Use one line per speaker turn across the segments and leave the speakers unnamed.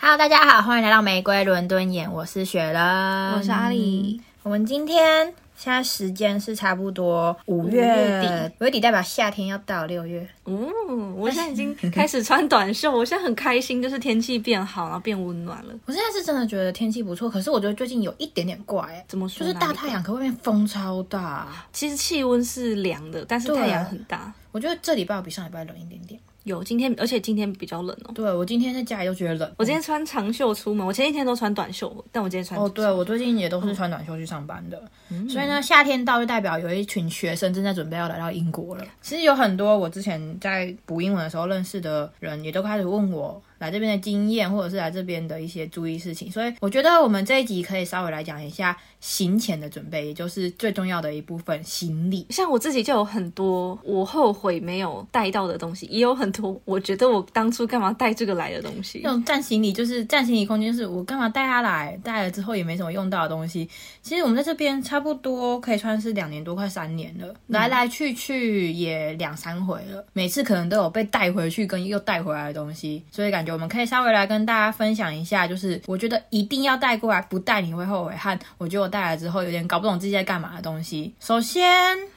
Hello，大家好，欢迎来到玫瑰伦敦眼，我是雪人，
我是阿丽。
我们今天现在时间是差不多五月
月底
底，五月底代表夏天要到六月。
嗯，
哎
我现在已经开始穿短袖， 我现在很开心，就是天气变好，然后变温暖了。
我现在是真的觉得天气不错，可是我觉得最近有一点点怪、欸，
怎么
就
说？
是大
哪里
太阳，可外面风超大。
其实气温是凉的，但是
对啊
太阳很大。
我觉得这礼拜我比上礼拜冷一点点。
有今天，而且今天比较冷哦。
对我今天在家里都觉得冷。
我今天穿长袖出门，我前一天都穿短袖，但我今天穿
哦，对，我最近也都是穿短袖去上班的，所以呢，夏天到就代表有一群学生正在准备要来到英国了。其实有很多我之前在补英文的时候认识的人，也都开始问我来这边的经验，或者是来这边的一些注意事情。所以我觉得我们这一集可以稍微来讲一下行前的准备，也就是最重要的一部分——行李。
像我自己就有很多我后悔没有带到的东西，也有很多我觉得我当初干嘛带这个来的东西
那。种占行李就是占行李空间，就是我干嘛带它来？带了之后也没什么用到的东西。其实我们在这边差不多可以算是两年多，快三年了，来来去去也两三回了，每次可能都有被带回去跟又带回来的东西，所以感觉我们可以稍微来跟大家分享一下，就是我觉得一定要带过来，不带你会后悔，和我觉得我带来之后有点搞不懂自己在干嘛的东西。首先，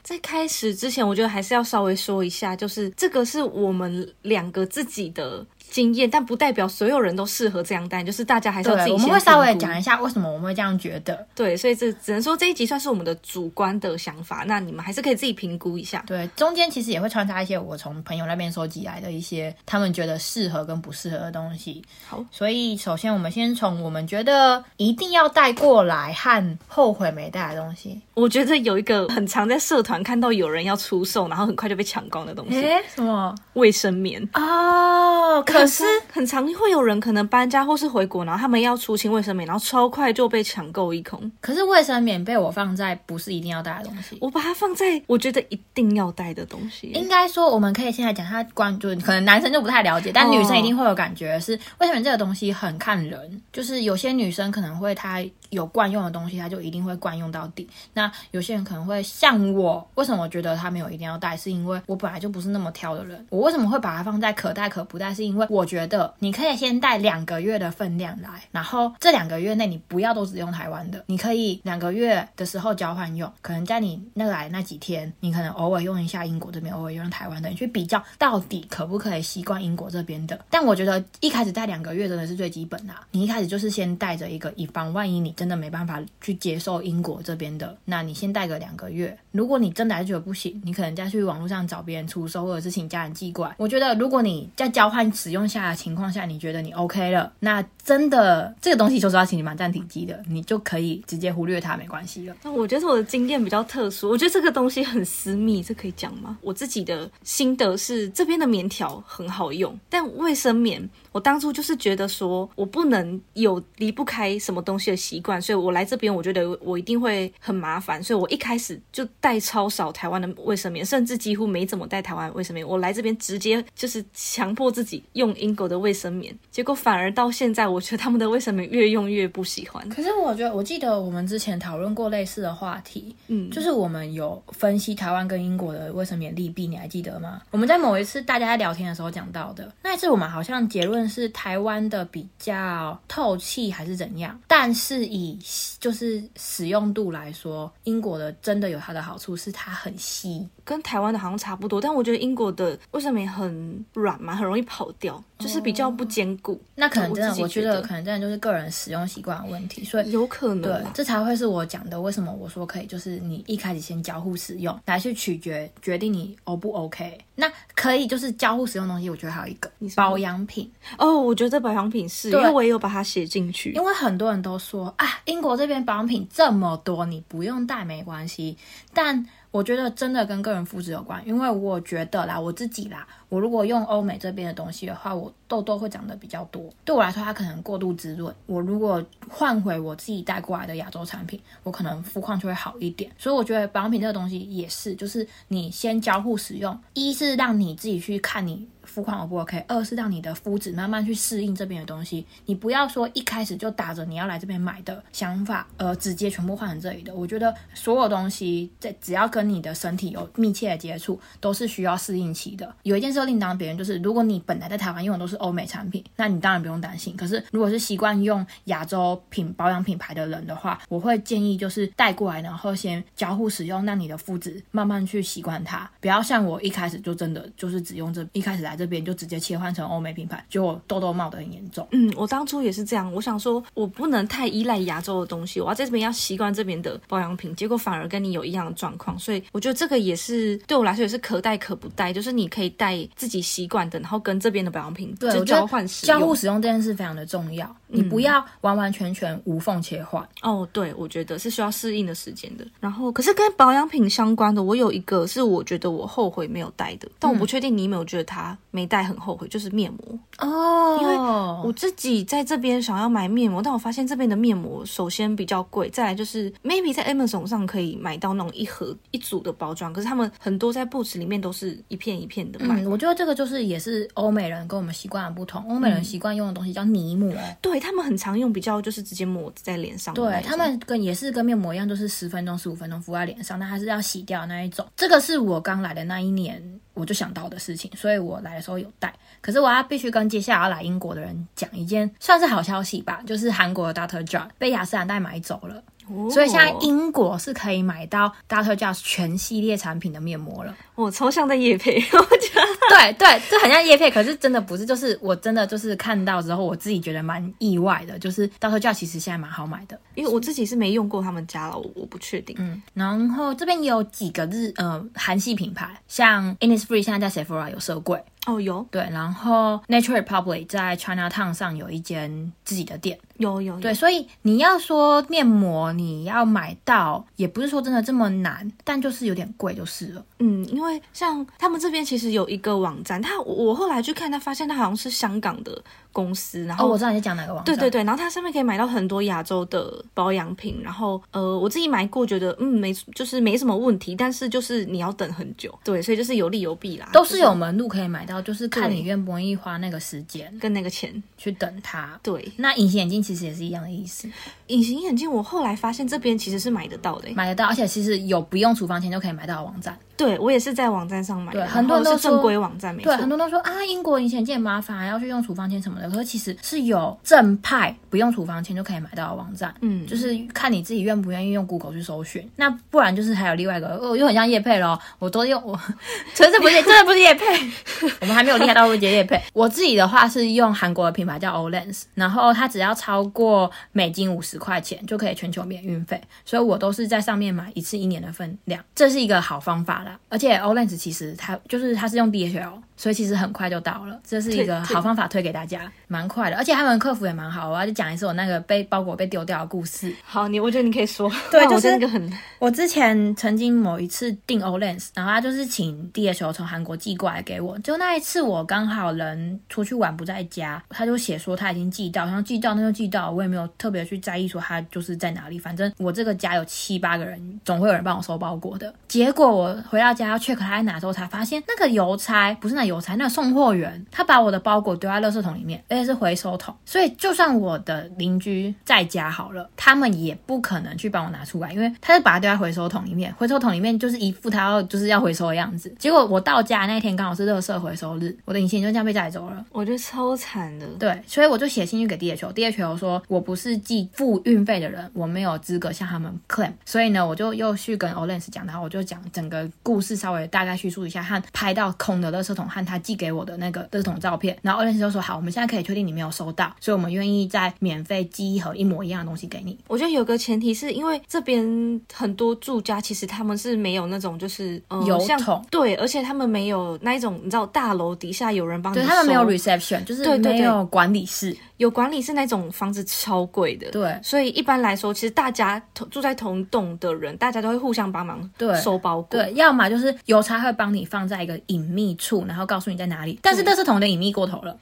在开始之前，我觉得还是要稍微说一下，就是这个是我们两个自己的经验，但不代表所有人都适合这样带，就是大家还是要自己
对，我们
先
会稍微
评估
讲一下为什么我们会这样觉得。
对，所以这只能说这一集算是我们的主观的想法，那你们还是可以自己评估一下。
对，中间其实也会穿插一些我从朋友那边收集来的一些他们觉得适合跟不适合的东西。
好，
所以首先我们先从我们觉得一定要带过来和后悔没带来的东西。
我觉得有一个很常在社团看到有人要出售，然后很快就被抢光的东西，
诶，什么？
卫生棉。
哦，可是
很常会有人可能搬家或是回国，然后他们要出清卫生棉，然后超快就被抢购一空。
可是卫生棉被我放在不是一定要带的东西。
我把它放在我觉得一定要带的东西。
应该说，我们可以现在讲它关，就是可能男生就不太了解，但女生一定会有感觉是，为什么这个东西很看人？就是有些女生可能会她有惯用的东西，她就一定会惯用到底。那有些人可能会像我，为什么我觉得她没有一定要带，是因为我本来就不是那么挑的人。我为什么会把它放在可带可不带，是因为我觉得你可以先带两个月的分量来，然后这两个月内你不要都只用台湾的，你可以两个月的时候交换用，可能在你那来那几天，你可能偶尔用一下英国这边，偶尔用台湾的，你去比较到底可不可以习惯英国这边的。但我觉得一开始带两个月真的是最基本啦、你一开始就是先带着一个，以防万一你真的没办法去接受英国这边的，那你先带个两个月。如果你真的还是觉得不行，你可能再去网络上找别人出售，或者是请家人寄过来。我觉得如果你在交换使用下的情况下，你觉得你 OK 了，那真的这个东西就是要请你蛮占体积的，你就可以直接忽略它，没关系了。
那我觉得我的经验比较特殊，我觉得这个东西很私密，这可以讲吗？我自己的心得是，这边的棉条很好用，但卫生棉，我当初就是觉得说我不能有离不开什么东西的习惯，所以我来这边，我觉得我一定会很麻烦，所以我一开始就带超少台湾的卫生棉，甚至几乎没怎么带台湾卫生棉。我来这边直接就是强迫自己用英国的卫生棉，结果反而到现在，我觉得他们的卫生棉越用越不喜欢。
可是我觉得，我记得我们之前讨论过类似的话题，
嗯
就是我们有分析台湾跟英国的卫生棉利弊，你还记得吗？我们在某一次大家在聊天的时候讲到的，那一次我们好像结论是台湾的比较透气还是怎样，但是以就是使用度来说，英国的真的有它的好处，是它很稀，
跟台湾的好像差不多，但我觉得英国的卫生棉很软嘛，很容易跑掉，就是比较
哦
不坚固。
那可能真
我
的
自己
我觉
觉得
得可能真的就是个人使用习惯的问题，所以
有可能
对
啊，
这才会是我讲的。为什么我说可以，就是你一开始先交互使用，来去取决决定你 O 不 OK。那可以就是交互使用的东西，我觉得还有一个
你说
保养品，
哦，我觉得保养品是，因
对
为我也有把它写进去
因。为很多人都说啊，英国这边保养品这么多，你不用带没关系。但我觉得真的跟个人肤质有关，因为我觉得啦，我自己啦，我如果用欧美这边的东西的话，我痘痘会长得比较多。对我来说，它可能过度滋润。我如果换回我自己带过来的亚洲产品，我可能肤况就会好一点。所以我觉得保养品这个东西也是，就是你先交互使用，一是让你自己去看你。肤况 O 不 OK，二是让你的肤质慢慢去适应这边的东西。你不要说一开始就打着你要来这边买的想法，呃，直接全部换成这里的。我觉得所有东西在只要跟你的身体有密切的接触，都是需要适应期的。有一件事就另当别人，就是如果你本来在台湾用的都是欧美产品，那你当然不用担心。可是如果是习惯用亚洲品保养品牌的人的话，我会建议就是带过来，然后先交互使用，让你的肤质慢慢去习惯它。不要像我一开始就真的就是只用这，一开始来这边就直接切换成欧美品牌，结果痘痘冒得很严重。
嗯，我当初也是这样，我想说我不能太依赖亚洲的东西，我要在这边要习惯这边的保养品，结果反而跟你有一样的状况，所以我觉得这个也是对我来说也是可带可不带，就是你可以带自己习惯的，然后跟这边的保养品
对，
就
我觉
交
得
换使
交互
用。嗯
使用这件事非常的重要，你不要完完全全无缝切换。
哦，对，我觉得是需要适应的时间的。然后，可是跟保养品相关的，我有一个是我觉得我后悔没有带的，但
嗯
我不确定你有没有觉得它没带很后悔，就是面膜。
哦，因为
我自己在这边想要买面膜，但我发现这边的面膜首先比较贵，再来就是 maybe 在 Amazon 上可以买到那种一盒一组的包装，可是他们很多在 Boots 里面都是一片一片的卖。
嗯，我觉得这个就是也是欧美人跟我们习惯的不同。
嗯
欧美人习惯用的东西叫泥膜，
对他们很常用，比较就是直接抹在脸上的那
对
一种。
他们跟也是跟面膜一样，就是十分钟、十五分钟敷在脸上，但它是要洗掉的那一种。这个是我刚来的那一年我就想到的事情，所以我来的时候有带。可是我要必须跟接下来要来英国的人讲一件算是好消息吧，就是韩国的 Doctor John 被雅诗兰黛买走了，
哦
所以现在英国是可以买到 Doctor John 全系列产品的面膜了。
我超像在夜配， 我觉得
对对，这很像叶配，可是真的不是，就是我真的就是看到之后，我自己觉得蛮意外的，就是到时候价其实现在蛮好买的，
因为我自己是没用过他们家了，我我不确定。
嗯，然后这边也有几个日呃韩系品牌，像 Innisfree 现在在 Sephora 有设柜，
哦，有
对，然后 Nature Republic 在 China Town 上有一间自己的店，
有有，
对，所以你要说面膜你要买到，也不是说真的这么难，但就是有点贵就是了，
嗯，因为像他们这边其实有一个网站，他我我后来去看，他发现他好像是香港的公司，然
哦，
后
我知道你在讲哪个网站，
嗯对对对，然后它上面可以买到很多亚洲的保养品，然后呃，我自己买过，觉得嗯没就是没什么问题，但是就是你要等很久，对，所以就是有利有弊啦，
都
就是
有门路可以买到，就是看
对
你愿不愿意花那个时间。
跟那个钱。
去等它。
对，
那隐形眼镜其实也是一样的意思，
隐形眼镜我后来发现这边其实是买得到的欸，
买得到，而且其实有不用处方签就可以买到的网站。
对我也是在网站上买的，
对
然
很多
后
人都
是正
说
规网站，没
对
错，，
很多人都说啊，英国隐形眼镜很麻烦，还要去用处方签什么的。可是其实是有正派不用处方签就可以买到的网站，
嗯
就是看你自己愿不愿意用 Google 去搜寻。那不然就是还有另外一个，哦、又很像叶配咯，我都用我， 其实这不是真的不是叶配， 我们还没有厉害到会接叶配。我自己的话是用韩国的品牌叫 Olens，然后它只要超过美金五十块钱就可以全球免运费，所以我都是在上面买一次一年的分量，这是一个好方法啦。而且 Olens 其实它就是它是用 DHL，所以其实很快就到了，这是一个
对对
好方法推给大家，蛮快的。而且他们客服也蛮好，我要去讲一次我那个被包裹被丢掉的故事。
好，你我觉得你可以说，
对
哇
就
我
是
真的很
我之前曾经某一次订 Olens，然后他就是请 DHL 从韩国寄过来给我。就那一次我刚好人出去玩不在家，他就写说他已经寄到，然后寄到那就寄到，我也没有特别去在意说他就是在哪里。反正我这个家有七八个人，总会有人帮我收包裹的。结果我回到家要 check 他在哪之后，才发现那个邮差不是那邮差，那个送货员他把我的包裹丢在垃圾桶里面，而且是回收桶。所以就算我的邻居在家好了，他们也不可能去帮我拿出来，因为他是把它丢在回收桶里面，回收桶里面就是一副他要就是要回收的样子。结果我到家那一天刚好是垃圾回收日，我的隐形眼镜就这样被带走了。
我觉得超惨的，
对，所以我就写信去给 DHL，DHL 说我不是寄付运费的人，我没有资格向他们 claim，所以呢，我就又去跟 Olens 讲，然后我就讲整个故事稍微大概叙述一下，和拍到空的垃圾桶和他寄给我的那个垃圾桶照片，然后 Olens 就说好，我们现在可以确定你没有收到，所以我们愿意再免费寄一盒一模一样的东西给你。
我觉得有个前提是因为这边很多住家其实他们是没有那种就是、呃、
油
像
桶
对，而且他们没有那一种你知道大楼底下有人帮你
对他们没有
收
reception，就是
对对
没
对
有管理室，
有管理是那种房子超贵的，
对
所以一般来说，其实大家同住在同栋的人，大家都会互相帮忙
对
收包裹。
对，要么就是邮差会帮你放在一个隐秘处，然后告诉你在哪里。但是垃圾桶的隐秘过头了，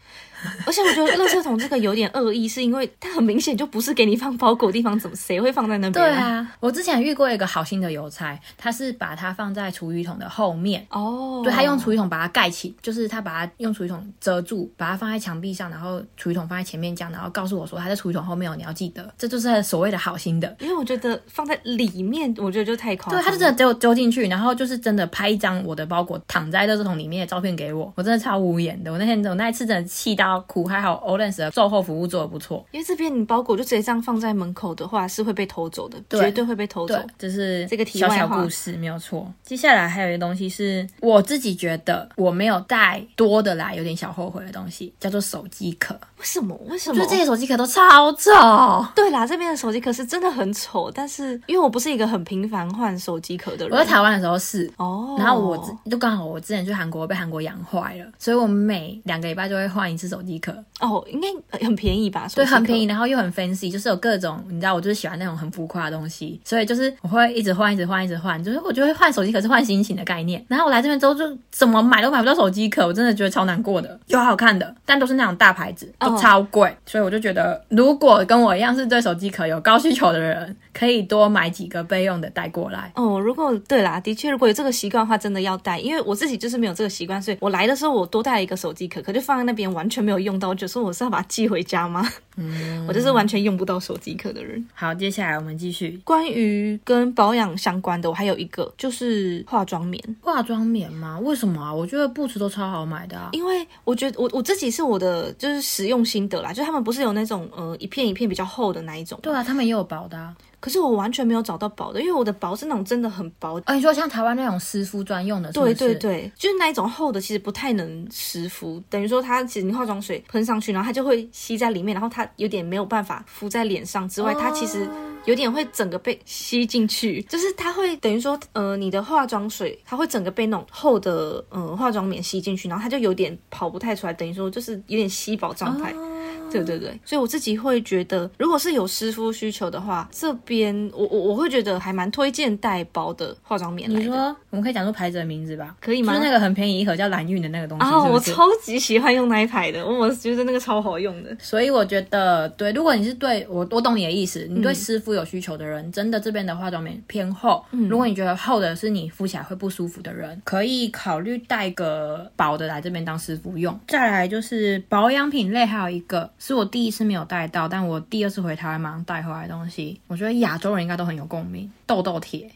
而且我觉得垃圾桶这个有点恶意，是因为它很明显就不是给你放包裹的地方，怎么谁会放在那边、
对，啊，我之前遇过一个好心的邮差，他是把它放在厨余桶的后面。
哦，
对他用厨余桶把它盖起，就是他把它用厨余桶遮住，把它放在墙壁上，然后厨余桶放在前面这样，然后告诉我说他在厨余桶后面哦，你要记得，这就是所谓的好心的。
因为我觉得放在里面，我觉得就太夸张
对，
了。
他就真的丢丢进去，然后就是真哦的拍一张我的包裹躺在垃圾桶里面的照片给我，我真的超无言的。我那天我那一次真的气到哭，还好 Orange 的售后服务做的不错。
因为这边你包裹就直接这样放在门口的话，是会被偷走的，
对
绝对会被偷走
对。，这是
这个题
小
外
小
话
故事，没有错。接下来还有一个东西是我自己觉得我没有带多的来，有点小后悔的东西，叫做手机壳。
为什么？为什
就
么
是？这些手机壳都超丑。
对啦，这边的手机壳是真的很丑，但是因为我不是一个很频繁换手机壳的人，
我在台湾的时候是。
哦，
然后我之就刚好我之前去韩国被韩国养坏了，所以我每两个礼拜就会换一次手机壳，
哦，应该呃很便宜吧？
对，很便
宜。
宜，然后又很 fancy，就是有各种你知道，我就是喜欢那种很浮夸的东西，所以就是我会一直换，一直换，一直换，就是我就会换手机壳是换心情的概念。然后我来这边之后就怎么买都买不到手机壳，我真的觉得超难过的，有好看的，但都是那种大牌子，都
哦
超贵，所以我就觉得如果跟我一样是对手机壳有高需求的人，可以多买几个备用的带过来。
哦，如果对啦，的确，如果有这个习惯的话，真的要带，因为我自己就是没有这个习惯，所以我来的时候我多带了一个手机壳，可就放在那边完全没有用到，我就说我是要把它寄回家吗？嗯， 我就是完全用不到手机壳的人。
好，接下来我们继续
关于跟保养相关的，我还有一个就是化妆棉，
化妆棉吗？为什么啊？我觉得布池都超好买的啊。
因为我觉得我我自己是我的就是使用心得啦，就是他们不是有那种呃一片一片比较厚的那一种，
对啊，他们也有薄的啊。
可是我完全没有找到薄的，因为我的薄是那种真的很薄，
哦，你说像台湾那种湿敷专用的，是不
对
是
对对，就是那一种厚的，其实不太能湿敷，等于说它其实你化妆水喷上去，然后它就会吸在里面，然后它有点没有办法敷在脸上之外，它其实有点会整个被吸进去，就是它会等于说呃你的化妆水它会整个被那种厚的呃化妆棉吸进去，然后它就有点跑不太出来，等于说就是有点吸饱状态。
哦
对对对，所以我自己会觉得，如果是有湿敷需求的话，这边我我我会觉得还蛮推荐带薄的化妆棉来
你
的。
说我们可以讲出牌子的名字吧？
可以
就
吗
是那个很便宜一盒叫蓝韵的那个东西，
啊，
是不
我
是
超级喜欢用那一排的，我我觉得那个超好用的。
所以我觉得，对，如果你是对我，我懂你的意思，
嗯
你对湿敷有需求的人，真的这边的化妆棉偏厚。
嗯
如果你觉得厚的是你敷起来会不舒服的人，可以考虑带个薄的来这边当湿敷用。再来就是保养品类，还有一个是我第一次没有带到，但我第二次回台湾马上带回来的东西，我觉得亚洲人应该都很有共鸣，痘痘贴。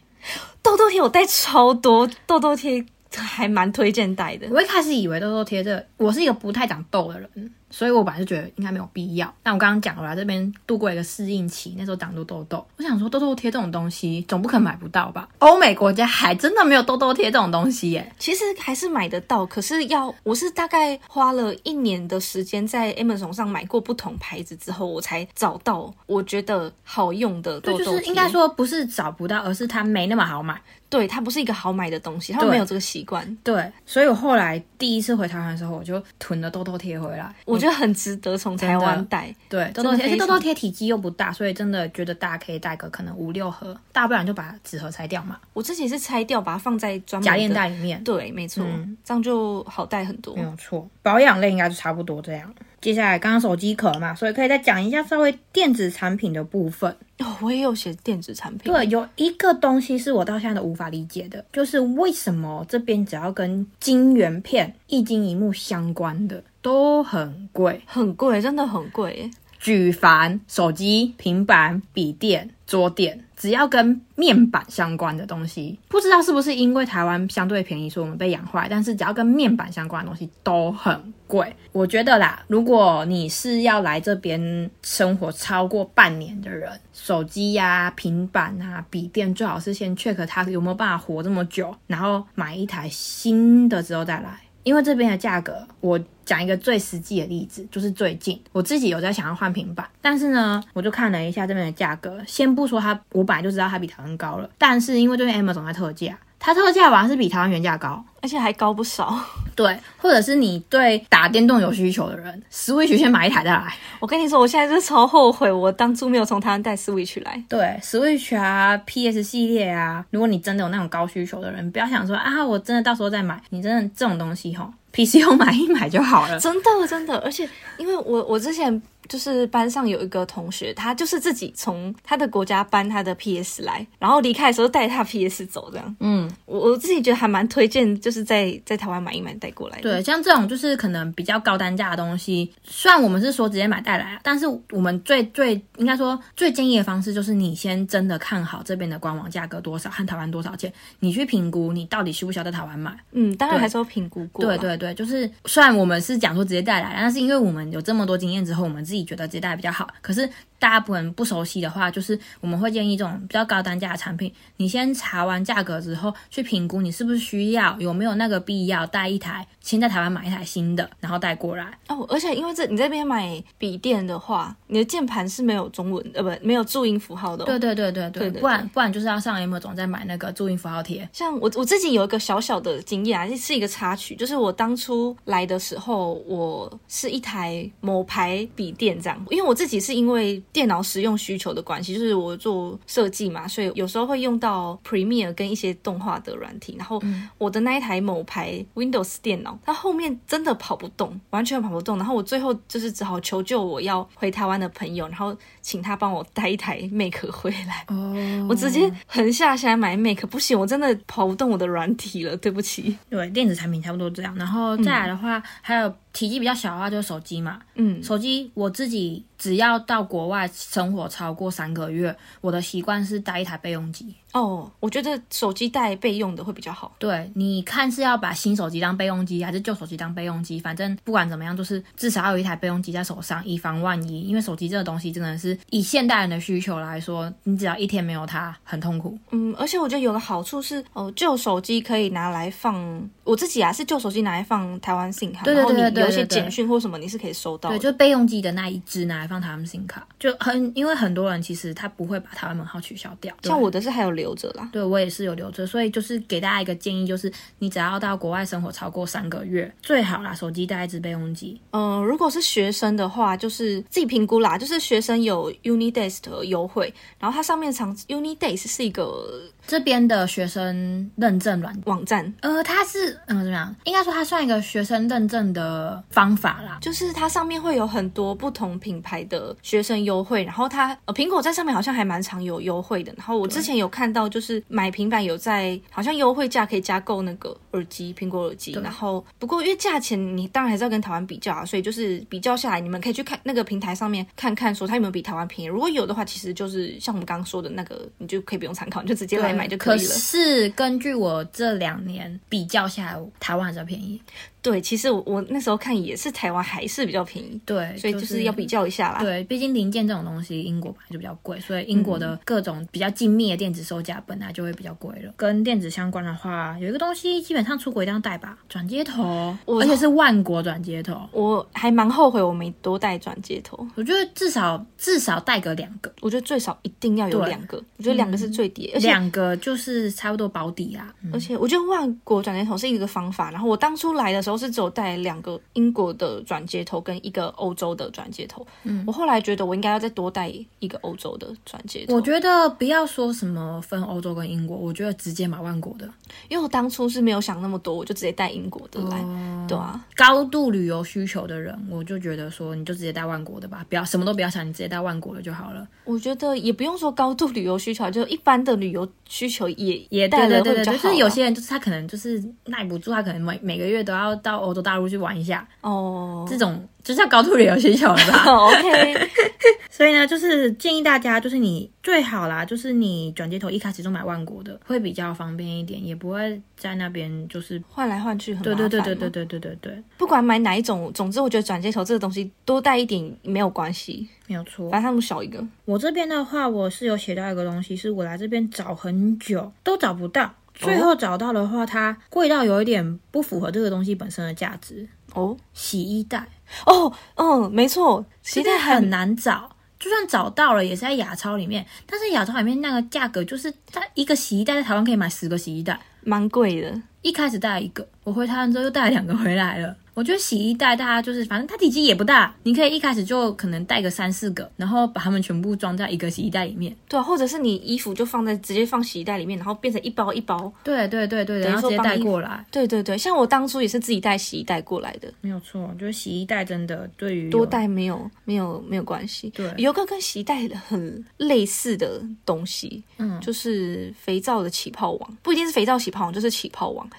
痘痘贴我带超多，痘痘贴还蛮推荐带的。
我一开始以为痘痘贴这个，我是一个不太长痘的人，所以我本来就觉得应该没有必要。但我刚刚讲，我来这边度过一个适应期，那时候长出痘痘，我想说痘痘贴这种东西总不可能买不到吧？欧美国家还真的没有痘痘贴这种东西耶。
其实还是买得到，可是要我是大概花了一年的时间在 Amazon 上买过不同牌子之后，我才找到我觉得好用的痘
对，
痘贴。
就是应该，说不是找不到，而是它没那么好买。
对它不是一个好买的东西，他们
对嗯
没有这个习惯。
对，所以我后来第一次回台湾的时候，我就囤了痘痘贴回来。
我觉得很值得从台湾带。
对，痘
的
痘贴，而且
非
痘
常
痘贴体积又不大，所以真的觉得大家可以带个可能五六盒，大不然就把纸盒拆掉嘛，
我自己是拆掉，把它放在专门
夹链嗯
的。
袋里面。
对，没错，这样就好带很多。
没有错，保养类应该就差不多这样。接下来刚刚手机壳嘛，所以可以再讲一下稍微电子产品的部分。
哦，我也有写电子产品。
对，有一个东西是我到现在都无法理解的，就是为什么这边只要跟晶圆片、一晶一幕相关的都很贵。
很贵，真的很贵耶。
举凡手机、平板、笔电、桌垫，只要跟面板相关的东西，不知道是不是因为台湾相对便宜，所以我们被养坏。但是只要跟面板相关的东西都很贵。我觉得啦，如果你是要来这边生活超过半年的人，手机呀、平板啊、笔电最好是先 check 它有没有办法活这么久，然后买一台新的之后再来。因为这边的价格，我讲一个最实际的例子，就是最近我自己有在想要换平板，但是呢，我就看了一下这边的价格，先不说它，我本来就知道它比台湾高了，但是因为这边 Amazon 在特价。它特价好像是比台湾原价高。
而且还高不少。
对，或者是你对打电动有需求的人，Switch 先买一台再来。
我跟你说，我现在就是超后悔，我当初没有从台湾带 Switch 来。
对，Switch 啊，PS 系列啊，如果你真的有那种高需求的人，不要想说啊，我真的到时候再买。你真的这种东西吼，PC 用买一买就好了。
真的真的，而且因为我我之前就是班上有一个同学，他就是自己从他的国家搬他的 PS 来，然后离开的时候带他 PS 走这样。
嗯，
我我自己觉得还蛮推荐，就是在在台湾买一买带过来的。
对，像这种就是可能比较高单价的东西，虽然我们是说直接买带来啊，但是我们最最应该说最建议的方式就是你先真的看好这边的官网价格多少和台湾多少钱，你去评估你到底需不需要在台湾买。
嗯，当然
对
还是要评估过。
对。对对，就是虽然我们是讲说直接带来，但是因为我们有这么多经验之后，我们自己觉得直接带来比较好。可是大部分不熟悉的话，就是我们会建议这种比较高单价的产品，你先查完价格之后，去评估你是不是需要，有没有那个必要带一台，先在台湾买一台新的，然后带过来。
哦，而且因为这你这边买笔电的话，你的键盘是没有中文呃不没有注音符号的、哦。
对对对对
对
对，
对
不然不然就是要上 M 总再买那个注音符号贴。
像我我自己有一个小小的经验啊，这是一个插曲，就是我当初来的时候，我是一台某牌笔电这样，因为我自己是因为电脑使用需求的关系，就是我做设计嘛，所以有时候会用到 Premiere 跟一些动画的软体，然后我的那一台某牌 Windows 电脑，它后面真的跑不动，完全跑不动，然后我最后就是只好求救我要回台湾的朋友，然后请他帮我带一台 Mac 回来。
哦，
我直接横下下来买 Make，不行，我真的跑不动我的软体了，对不起。
对电子产品差不多这样，然后再来的话，还有体积比较小的话就是手机嘛，
嗯，
手机我自己只要到国外生活超过三个月，我的习惯是带一台备用机。
哦，我觉得手机带备用的会比较好。
对，你看是要把新手机当备用机，还是旧手机当备用机？反正不管怎么样，就是至少要有一台备用机在手上，以防万一。因为手机这个东西真的是以现代人的需求来说，你只要一天没有它，很痛苦。
嗯，而且我觉得有个好处是，哦，旧手机可以拿来放，我自己啊是旧手机拿来放台湾信卡，
对对对
然后你
对
有一些
对对
简讯或什么你是可以收到
对，
的。
就备用机的那一只拿来放台湾 SIM 卡，就很因为很多人其实他不会把台湾门号取消掉。对
像我的是还有留着啦。
对我也是有留着，所以就是给大家一个建议，就是你只要到国外生活超过三个月，最好啦，手机带一支备用机。
嗯、如果是学生的话，就是自己评估啦。就是学生有 Unidays 的优惠，然后它上面常 Unidays 是一个
这边的学生认证软，
网站，
呃，它是嗯、怎么样？应该说它算一个学生认证的方法啦。
就是它上面会有很多不同品牌的学生优惠，然后它呃苹果在上面好像还蛮常有优惠的。然后我之前有看到，就是买平板有在好像优惠价可以加购那个耳机，苹果耳机。然后不过因为价钱你当然还是要跟台湾比较啊，所以就是比较下来，你们可以去看那个平台上面看看说它有没有比台湾便宜。如果有的话，其实就是像我们刚刚说的那个，你就可以不用参考，你就直接来买就可以了。
是根据我这两年比较下来，台湾还是比较便宜。
对，其实我我那时候看也是台湾还是比较便宜，
对，
所以就是要比。较一下啦。
对，毕竟零件这种东西，英国本来就比较贵，所以英国
嗯
的各种比较精密的电子售价本来就会比较贵了。跟电子相关的话，有一个东西基本上出国一定要带吧，转接头，
我
而且是万国转接头。
我还蛮后悔我没多带转接头，
我觉得至少至少带个两个，
我觉得最少一定要有
对嗯
两个，我觉得两个是最低，而且。呃
两个就是差不多保底啦。嗯
而且我觉得万国转接头是一个方法，然后我当初来的时候是只有带两个英国的转接头跟一个欧洲的转接头，嗯，我后来觉得我应该要再多带一个欧洲的转接头，
我觉得不要说什么分欧洲跟英国，我觉得直接买万国的，
因为我当初是没有想那么多，我就直接带英国的来，
哦
对啊，
高度旅游需求的人，我就觉得说你就直接带万国的吧，不要什么都不要想，你直接带万国的就好了。
我觉得也不用说高度旅游需求，就一般的旅游需求也
也
带
对
了
对
会
对对，
比较好
就
啊、
是有些人就是他可能就是耐不住，他可能每每个月都要到欧洲大陆去玩一下，
哦
这种就是要高度旅游需求了吧？
，OK，
所以呢，就是建议大家，就是你最好啦，就是你转接头一开始就买万国的，会比较方便一点，也不会在那边就是。
换来换去很麻
对
烦、
对对对对对对对对，
不管买哪一种，总之我觉得转接头这个东西多带一点没有关系，
没有错。
反正他们少一个。
我这边的话，我是有写到一个东西，是我来这边找很久都找不到，最
哦
后找到的话，它贵到有一点不符合这个东西本身的价值。
哦
洗衣袋。
哦，嗯，没错，
现
现
在
在很
很难找。就算找到了，也是在亚超里面，但是亚超里面那个价格就是它一个洗衣袋在台湾可以买十个洗衣袋，
蛮贵的。
一开始带了一个，我回台湾之后又带了两个回来了。我觉得洗衣袋大家就是，反正它体积也不大，你可以一开始就可能带个三四个，然后把它们全部装在一个洗衣袋里面。
对啊，或者是你衣服就放在直接放洗衣袋里面，然后变成一包一包。
对对对对，
等于
然后
说
直接
帮
带
衣服
过来，
对对对，像我当初也是自己带洗衣袋过来的，
没有错。我觉得洗衣袋真的对于
多
有
带没有没有没有关系。
对
有一个跟洗衣袋很类似的东西，嗯，就是肥皂的起泡网，不一定是肥皂起泡网，就是起泡网。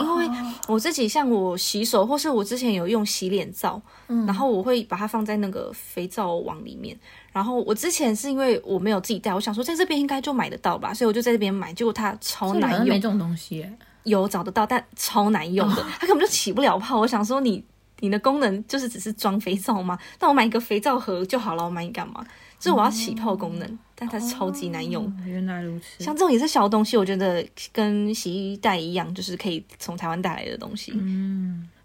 因为我自己像我洗手，或是我之前有用洗脸皂，嗯、然后我会把它放在那个肥皂网里面。然后我之前是因为我没有自己带，我想说在这边应该就买得到吧，所以我就在这边买，结果它超
这里好
难
像没
用
这。种东西耶。
有找得到，但超难用的，
啊
它根本就起不了泡。我想说你。你的功能就是只是装肥皂吗？那我买一个肥皂盒就好了，我买你干嘛？就是我要起泡功能，但它超级难用。
哦原来如此。
像这种也是小东西，我觉得跟洗衣袋一样，就是可以从台湾带来的东西。
嗯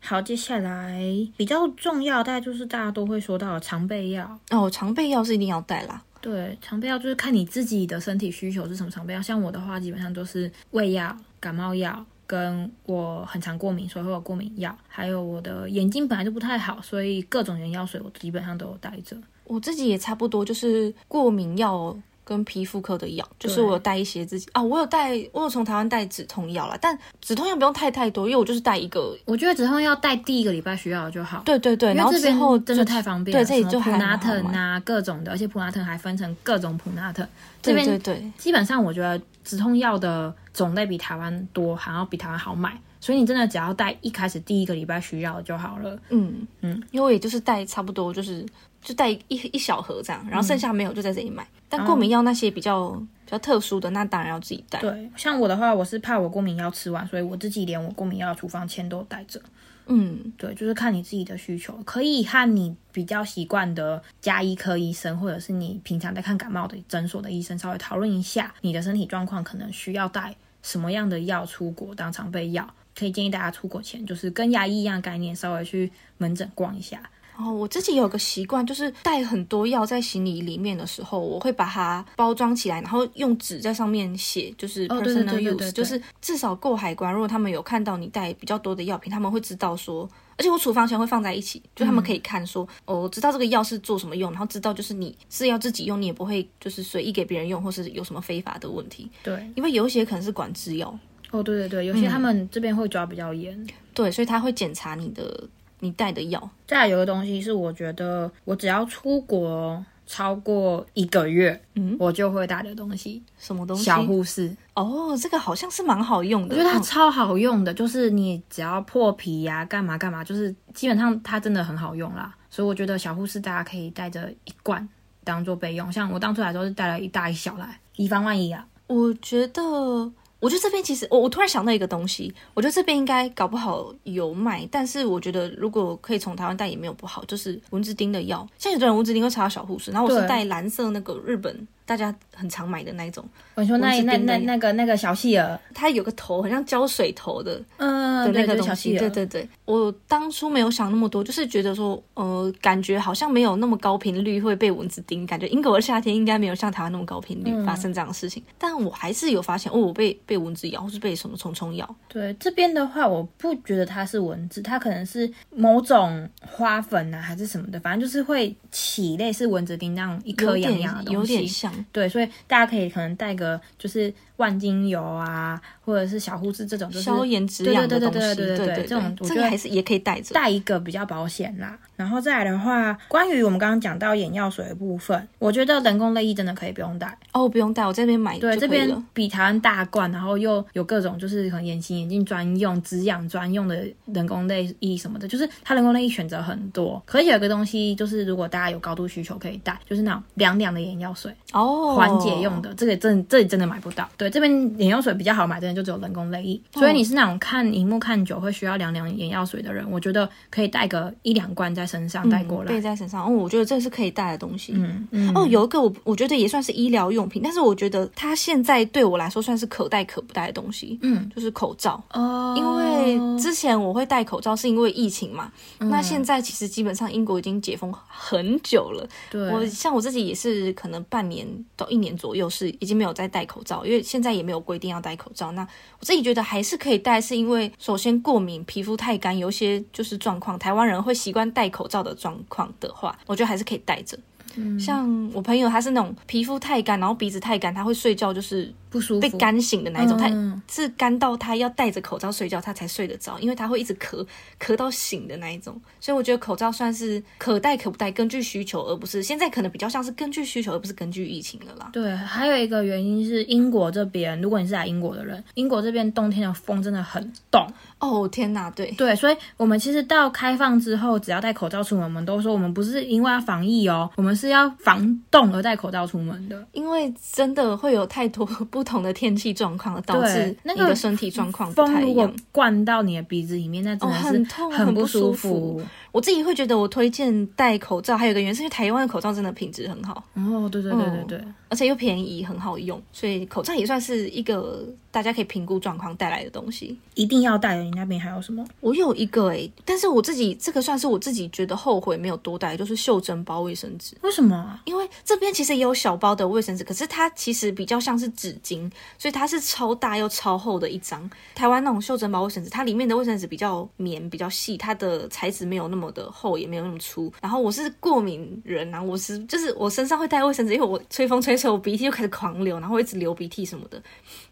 好，接下来比较重要，大概就是大家都会说到的常备药。
哦，常备药是一定要带啦。
对，常备药就是看你自己的身体需求是什么常备药。像我的话，基本上都是胃药、感冒药，跟我很常过敏，所以会有过敏药，还有我的眼睛本来就不太好，所以各种眼药水我基本上都有带着。
我自己也差不多，就是过敏药跟皮肤科的药，就是
对
我有带一些自己啊，我有带，我有从台湾带止痛药啦，但止痛药不用太太多，因为我就是带一个
我觉得止痛药带第一个礼拜需要就好。
对对对，
因
然后
为这
之
边
后
真
就
的太方便
对，
了，
这里
普
就还
拿
蛮好
疼
买。
啊，各种的，而且普拿疼还分成各种普拿疼。这
对
边
对对，
基本上我觉得止痛药的种类比台湾多，还要比台湾好买，所以你真的只要带一开始第一个礼拜需要的就好了。
嗯
嗯
嗯，因为我也就是带差不多就是就带一一小盒这样，
嗯
然后剩下没有就在这里买。
哦
但过敏药那些比较比较特殊的，那当然要自己带。
对，像我的话，我是怕我过敏药吃完，所以我自己连我过敏药的处方签都有带着。
嗯，
对，就是看你自己的需求，可以和你比较习惯的加医科医生，或者是你平常在看感冒的诊所的医生稍微讨论一下你的身体状况，可能需要带什么样的药出国当常备药。可以建议大家出国前，就是跟牙医一样的概念，稍微去门诊逛一下。
然哦后我自己有个习惯，就是带很多药在行李里面的时候，我会把它包装起来，然后用纸在上面写，就是
哦对对
personal
对对对
use，
对
就是至少过海关，如果他们有看到你带比较多的药品，他们会知道说。而且我处方前会放在一起，就
嗯
他们可以看说，哦，知道这个药是做什么用，然后知道就是你是要自己用，你也不会就是随意给别人用，或是有什么非法的问题，
对，
因为有一些可能是管制药，
哦，对对对，有些他们这边会抓比较严。
对，所以他会检查你的你带的药，
再来有个东西是，我觉得我只要出国超过一个月，
嗯
我就会带的东西，
什么东西。
小护士，
哦，这个好像是蛮好用的，
我觉得它
嗯
超好用的，就是你只要破皮呀、干嘛干嘛，就是基本上它真的很好用啦。所以我觉得小护士大家可以带着一罐当做备用，像我当初来的时候是带了一大一小来，以防万一啊。
我觉得，我觉得这边其实，我我突然想到一个东西，我觉得这边应该搞不好有卖，但是我觉得如果可以从台湾带也没有不好，就是蚊子叮的药，像有的人蚊子叮会查到小护士，然后我是
对
带蓝色那个日本大家很常买的那一种，
我说那
我是
那
叮
那
的
那个那个小企鹅，
它有个头很像胶水头的，
嗯，
的
对，
那
就
个
是
东
小
西。
企鹅，
对对对，我当初没有想那么多，就是觉得说，呃，感觉好像没有那么高频率会被蚊子叮，感觉英国的夏天应该没有像台湾那么高频率
嗯
发生这样的事情。但我还是有发现，哦，我被被蚊子咬，或是被什么虫虫咬。
对这边的话，我不觉得它是蚊子，它可能是某种花粉啊，还是什么的，反正就是会起类似蚊子叮那样一颗
有
痒痒的
点
东西。
有点像，
对，所以大家可以可能带个就是万金油啊，或者是小护士这种，就是
消炎止
对
痒
对
的
对
东
对
西，
对
对
对对，
对，
这种我
这
觉
个
得
还是也可以带着。
带一个比较保险啦。然后再来的话，关于我们刚刚讲到眼药水的部分，我觉得人工泪液真的可以不用带。
哦，不用带，我这边买
对，
就
这
可以
边
了。
比台湾大罐，然后又有各种就是可能眼型眼镜专用、止痒专用的人工泪液什么的，就是它人工泪液选择很多。可以有一个东西，就是如果大家有高度需求可以带，就是那种凉凉的眼药水。
哦
缓解用的，这个真这里真的买不到。对，这边眼药水比较好买，真的就只有人工泪液。所以你是那种看荧幕看久会需要凉凉眼药水的人，我觉得可以带个一两罐在身上带过来。
背在身上。哦，我觉得这是可以带的东西。
嗯嗯，
哦，有一个我我觉得也算是医疗用品，但是我觉得它现在对我来说算是可带可不带的东西。
嗯
就是口罩，
哦，嗯
因为之前我会戴口罩是因为疫情嘛。那现在其实基本上英国已经解封很久了。
对
我像我自己也是可能半年到一年左右是已经没有再戴口罩，因为现在也没有规定要戴口罩。那我自己觉得还是可以戴，是因为首先过敏、皮肤太干，有一些就是状况，台湾人会习惯戴口罩的状况的话，我觉得还是可以戴着。像我朋友，他是那种皮肤太干，然后鼻子太干，他会睡觉就是
不舒服，
被干醒的那一种，
嗯
他是干到他要戴着口罩睡觉，他才睡得着，因为他会一直咳咳到醒的那一种。所以我觉得口罩算是可戴可不戴，根据需求，而不是现在可能比较像是根据需求，而不是根据疫情了啦。
对，还有一个原因是英国这边，如果你是来英国的人，英国这边冬天的风真的很冻，
哦天哪，对，
对，所以我们其实到开放之后，只要戴口罩出门，我们都说我们不是因为要防疫哦，我们是要防冻而戴口罩出门的。
因为真的会有太多不同的天气状况，导致
那
你
个
的身体状况不
风
太
如
一
果
样。
灌到你的鼻子里面，那真
哦很
的是
痛
很
很
不
不
舒
舒
服
服。我自己会觉得，我推荐戴口罩，还有一个原因是因为台湾的口罩真的品质很好。
哦，对对对对对，
而且又便宜，很好用，所以口罩也算是一个大家可以评估状况带来的东西。
一定要戴的。你那边还有什么？
我有一个诶、但是我自己这个算是我自己觉得后悔没有多带，就是袖珍包卫生纸。
为什么啊？
因为这边其实也有小包的卫生纸，可是它其实比较像是纸巾，所以它是超大又超厚的一张。台湾那种袖珍包卫生纸，它里面的卫生纸比较棉、比较细，它的材质没有那么的厚，也没有那么粗。然后我是过敏人啊，我是就是我身上会带卫生纸，因为我吹风吹吹，我鼻涕就开始狂流，然后会一直流鼻涕什么的。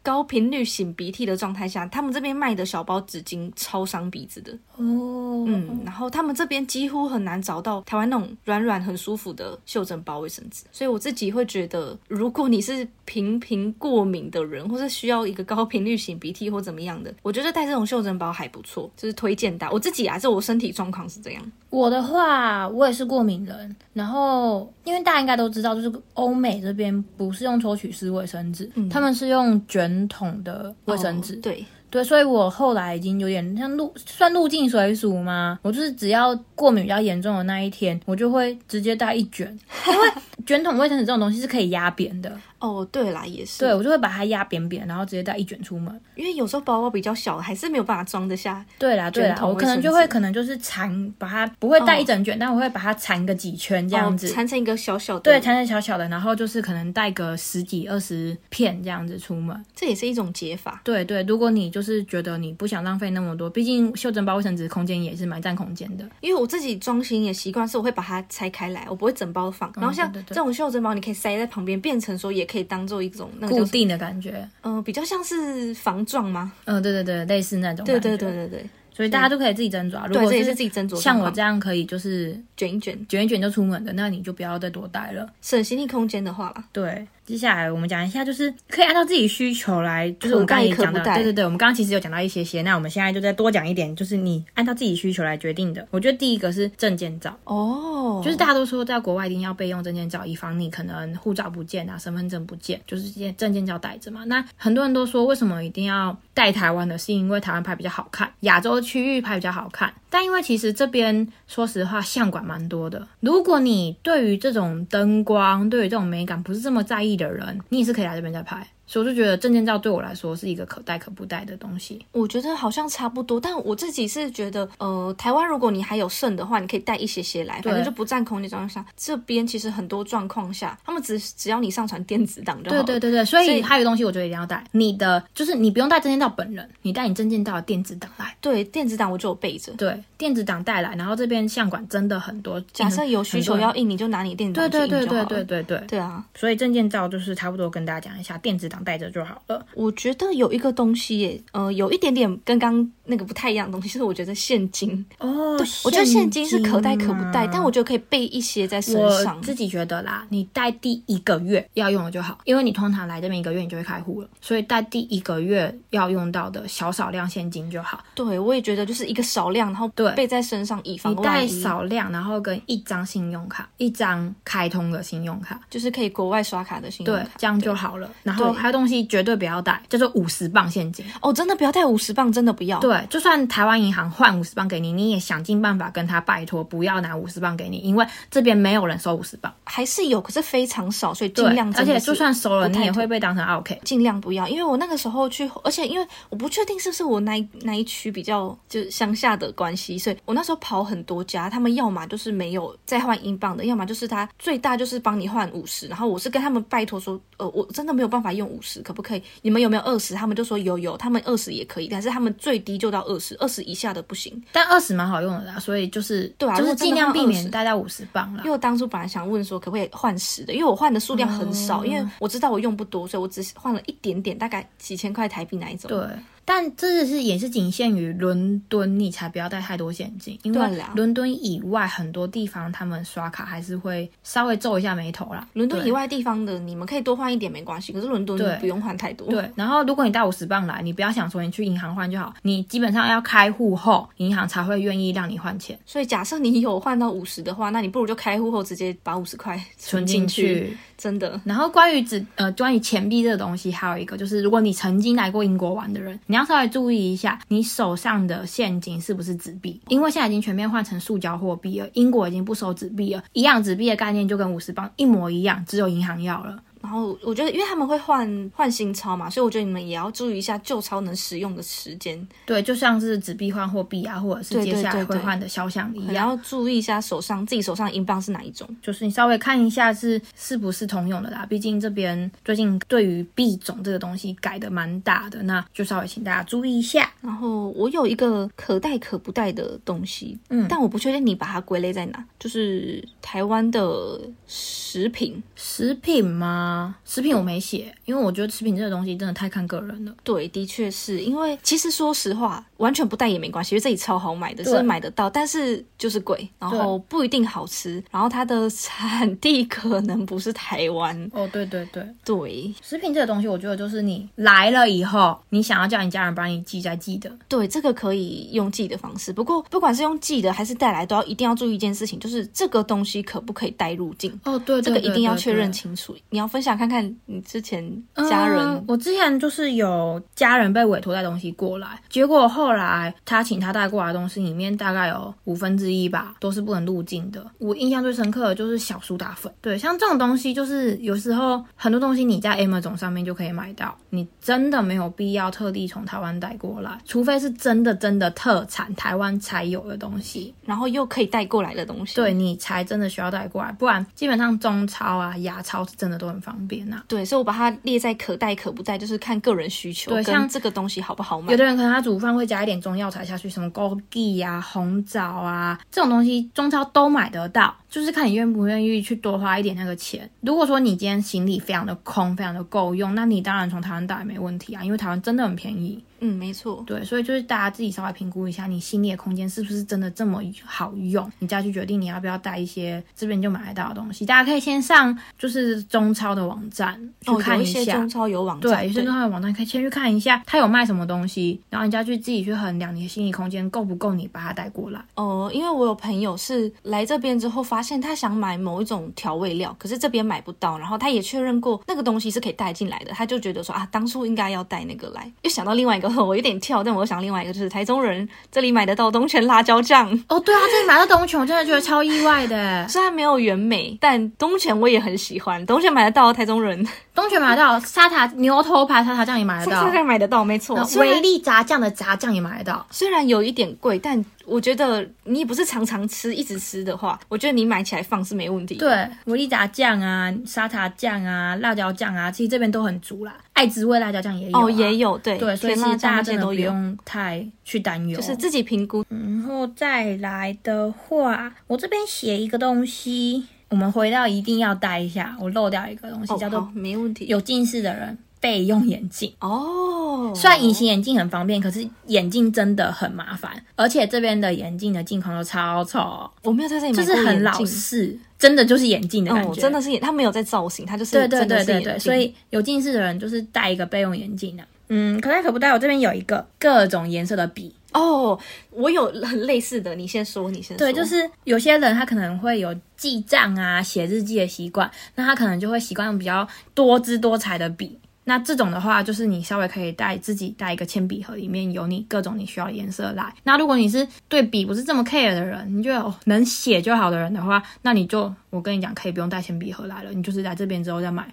高频率擤鼻涕的状态下，他们这边卖的小包纸巾超伤鼻子的。
哦，
嗯，然后他们这边几乎很难找到台湾那种软软很舒服的袖珍包卫生纸，所以我自己会觉得，如果你是频频过敏的人，或是需要一个高频率擤鼻涕或怎么样的，我觉得带这种袖珍包还不错，就是推荐大家。我自己啊，这我身体状况是这样，
我的话，我也是过敏人。然后，因为大家应该都知道，就是欧美这边不是用抽取式卫生纸，他们是用卷筒的卫生纸。
嗯哦对，
对，所以我后来已经有点像入算入境水鼠吗？我就是只要过敏比较严重的那一天，我就会直接带一 卷，因为卷筒卫生纸这种东西是可以压扁的，
哦，对啦，也是，
对我就会把它压扁扁，然后直接带一卷出门。
因为有时候包包比较小，还是没有办法装得下。
对啦，对啦
卷，筒
我可能就
卫
会
生纸
可能就是缠，把它不会带一整卷，但我会把它缠个几圈这样子，
哦缠成一个小小的，
对，缠成小小的，然后就是可能带个十几二十片这样子出门。
这也是一种解法。
对对，如果你就是觉得你不想浪费那么多，毕竟袖珍包卫生纸空间也是蛮占空间的。
因为我自己装行李的习惯是，我会把它拆开来，我不会整包放。然后像
嗯对对对
这种袖珍包，你可以塞在旁边，变成说也可以当做一种那个
固
叫什么，
定的感觉，
嗯、比较像是防撞吗？
嗯，对对对，类似那种。
对对对，对对，
所以大家都可以自己斟酌啊。如
对，
果
这也是
是
自己斟酌。
像我这样可以就是
卷一卷，
卷一卷就出门的，那你就不要再多带了。
省行李空间的话啦，
对，接下来我们讲一下，就是可以按照自己需求来，就是我们
可
刚
带
刚也讲到
可不，带
对对对，我们刚刚其实有讲到一些些，那我们现在就再多讲一点，就是你按照自己需求来决定的。我觉得第一个是证件照，
哦，
就是大家都说在国外一定要备用证件照，以防你可能护照不见啊、身份证不见，就是这些证件照带着嘛。那很多人都说为什么一定要带台湾的，是因为台湾拍比较好看，亚洲区域拍比较好看。但因为其实这边说实话相馆蛮多的，如果你对于这种灯光、对于这种美感不是这么在意的人，你也是可以来这边再拍。所以我就觉得证件照对我来说是一个可带可不带的东西。
我觉得好像差不多，但我自己是觉得，呃，台湾如果你还有剩的话，你可以带一些些来，反正就不占空间状况下，这边其实很多状况下，他们只只要你上传电子档就好
对
了。
对对对，所
哦所
以
以
还有一个东西我觉得一定要带，你的就是你不用带证件照本人，你带你证件照的电子档来。
对，电子档我就有备着。
对，电子档带来，然后这边相馆真的很嗯多，
假设有需求要印，你就拿你电子
对
档去
对
印就好
对对
了。
对对对，
对啊，
所以证件照就是差不多跟大家讲一下电子档常带着就好了。
我觉得有一个东西耶，呃，有一点点跟刚刚那个不太一样的东西，就是我觉得现金，
哦，
对我觉得现金是可带
嘛
可不带，但我觉得可以备一些在身
我
上。
自己觉得啦，你带第一个月要用的就好，因为你通常来这边一个月你就会开户了，所以带第一个月要用到的小少量现金就好。
对，我也觉得就是一个少量，然后
对
备在身上，以防
你带
万一，
少量，然后跟一张信用卡，一张开通的信用卡，
就是可以国外刷卡的信用
对
卡，。
这样就好了。然后还有东西绝对不要带，叫做五十磅现金。
哦，真的不要带五十磅，真的不要。
对，就算台湾银行换五十磅给你，你也想尽办法跟他拜托不要拿五十磅给你，因为这边没有人收五十磅。
还是有，可是非常少，所以
对
尽量，
而
真的
且
是
就算收了，
不太
你也
妥
会被当成 OK。
尽量不要，因为我那个时候去，而且因为我不确定是不是我那一那一区比较就是乡下的关系，所以我那时候跑很多家，他们要么就是没有再换英镑的，要么就是呃他最大就是帮你换五十，然后我是跟他们拜托说，呃，我真的没有办法用五十，可不可以？你们有没有二十？他们就说有有，他们二十也可以，但是他们最低就到二十，二十以下的不行。
但二十蛮好用的啦，所以就是
对啊
就
如
是
果真的
尽量避免
20
带到五十磅啦
因。为我当初本来想问说可不可以换十的，因为我换的数量很少，
哦
因为我知道我用不多，所以我只换了一点点，大概几千块台币那一种。
对，但这是也是仅限于伦敦，你才不要带太多现金，因
对
为
啦
伦敦以外很多地方他们刷卡还是会稍微皱一下眉头啦。
伦敦
对
以外地方的，你们可以多换一点没关系，可是伦敦
对
不用换太多。
对，然后如果你带五十磅来，你不要想说你去银行换就好，你基本上要开户后，银行才会愿意让你换钱
所以假设你有换到五十的话，那你不如就开户后直接把五十块存进
进去。
真的，
然后关于纸呃，关于钱币这个东西，还有一个就是，如果你曾经来过英国玩的人，你要稍微注意一下，你手上的现金是不是纸币，因为现在已经全面换成塑胶货币了，英国已经不收纸币了，一样纸币的概念就跟五十磅一模一样，只有银行要了。
然后我觉得，因为他们会换换新钞嘛，所以我觉得你们也要注意一下旧钞能使用的时间，
对，就像是纸币换货币啊，或者是
对
接下
对
来
对
会
对
换的肖像一
也
样，
要注意一下手上自己手上的英镑是哪一种。
就是你稍微看一下是是不是通用的啦。毕竟这边最近对于币种这个东西改的蛮大的，那就稍微请大家注意一下。
然后我有一个可带可不带的东西，
嗯
但我不确定你把它归类在哪，就是台湾的食品。
食品吗？食品我没写，因为我觉得食品这个东西真的太看个人了。
对，的确是因为其实说实话，完全不带也没关系，因为这里超好买的，
对
是买得到，但是就是贵，然后不一定好吃，然后它的产地 可能不是台湾。
哦，对对对，
对
食品这个东西，我觉得就是你来了以后，你想要叫你家人帮你寄再寄的。
对，这个可以用寄的方式，不过不管是用寄的还是带来，都要一定要注意一件事情，就是这个东西可不可以带入境。
哦，对
这个一定要确认清楚。你要分享看看你之前
嗯
家人、
我之前就是有家人被委托带东西过来，结果后来他请他带过来的东西里面大概有五分之一吧，都是不能入境的。我印象最深刻的就是小苏打粉，对，像这种东西，就是有时候很多东西你在 Amazon 上面就可以买到，你真的没有必要特地从台湾带过来，除非是真的真的特产台湾才有的东西。
然后又可以带过来的东西。
对你才真的需要带过来，不然基本上中超啊、亚超是真的都很方便啊。
对，所以我把它列在可带可不带，就是看个人需求
对像
跟这个东西好不好买
有。的人可能他煮饭会加一点中药材下去，什么枸杞啊、红枣啊这种东西，中超都买得到，就是看你愿不愿意去多花一点那个钱。如果说你今天行李非常的空、非常的够用，那你当然从台湾带也没问题啊，因为台湾真的很便宜。
嗯，没错。
对，所以就是大家自己稍微评估一下，你行李的空间是不是真的这么好用，你再去决定你要不要带一些这边就买得到的东西。大家可以先上就是中超的网站去
哦，
看
有一些
下。
中超有网站，
对，有些中的网站可以先去看一下，它有卖什么东西，然后你再去自己去衡量你的心理空间够不够你把它带过来。
哦，因为我有朋友是来这边之后发现他想买某一种调味料，可是这边买不到，然后他也确认过那个东西是可以带进来的，他就觉得说啊，当初应该要带那个来。又想到另外一个， 我有点跳，但我又想另外一个，就是台中人这里买得到东泉辣椒酱。
哦，对啊，这里买到东泉，我真的觉得超意外 的。
虽然没有原美，但东泉我也很喜欢。东泉买得到，台中人
东泉买得到，沙茶牛头牌沙茶酱也买 得到
大，概买得到，没错
然。后
虽
维
然
力炸酱的炸酱也买得到。
虽然有一点贵，但我觉得你也不是常常吃，一直吃的话，我觉得你买起来放是没问题。，
对，维力炸酱啊，沙茶酱啊，辣椒酱啊，其实这边都很足啦。爱滋味辣椒酱也有、啊，
哦，也有对，
对，所以
甜
其
辣
实
酱
大家
那些
真的
都
不
有。
用太去担忧。
就是自己评估，
然后再来的话，我这边写一个东西，我们回到一定要带一下，我漏掉一个东西，
哦，
叫
好
做
没问题。
有近视的人。备用眼镜。
哦，
虽然隐形眼镜很方便，可是眼镜真的很麻烦，而且这边的眼镜的镜框都超丑，
我没有在这里
就
买
是
过
很
眼
老
镜
式，真的就是眼镜的感觉，
哦，真的是眼，他没有在造型，他就是
对对
真的
对
是
对
眼
对，
镜
所以有近视的人就是戴一个备用眼镜啊。嗯，可戴可不戴。我这边有一个各种颜色的笔，
哦，我有很类似的，你先说，你先说，
对，就是有些人他可能会有记账啊、写日记的习惯，那他可能就会习惯用比较多姿多彩的笔。那这种的话，就是你稍微可以带自己带一个铅笔盒，里面有你各种你需要的颜色来。那如果你是对笔不是这么 care 的人，你就哦能写就好的人的话，那你就我跟你讲，可以不用带铅笔盒来了，你就是来这边之后再买，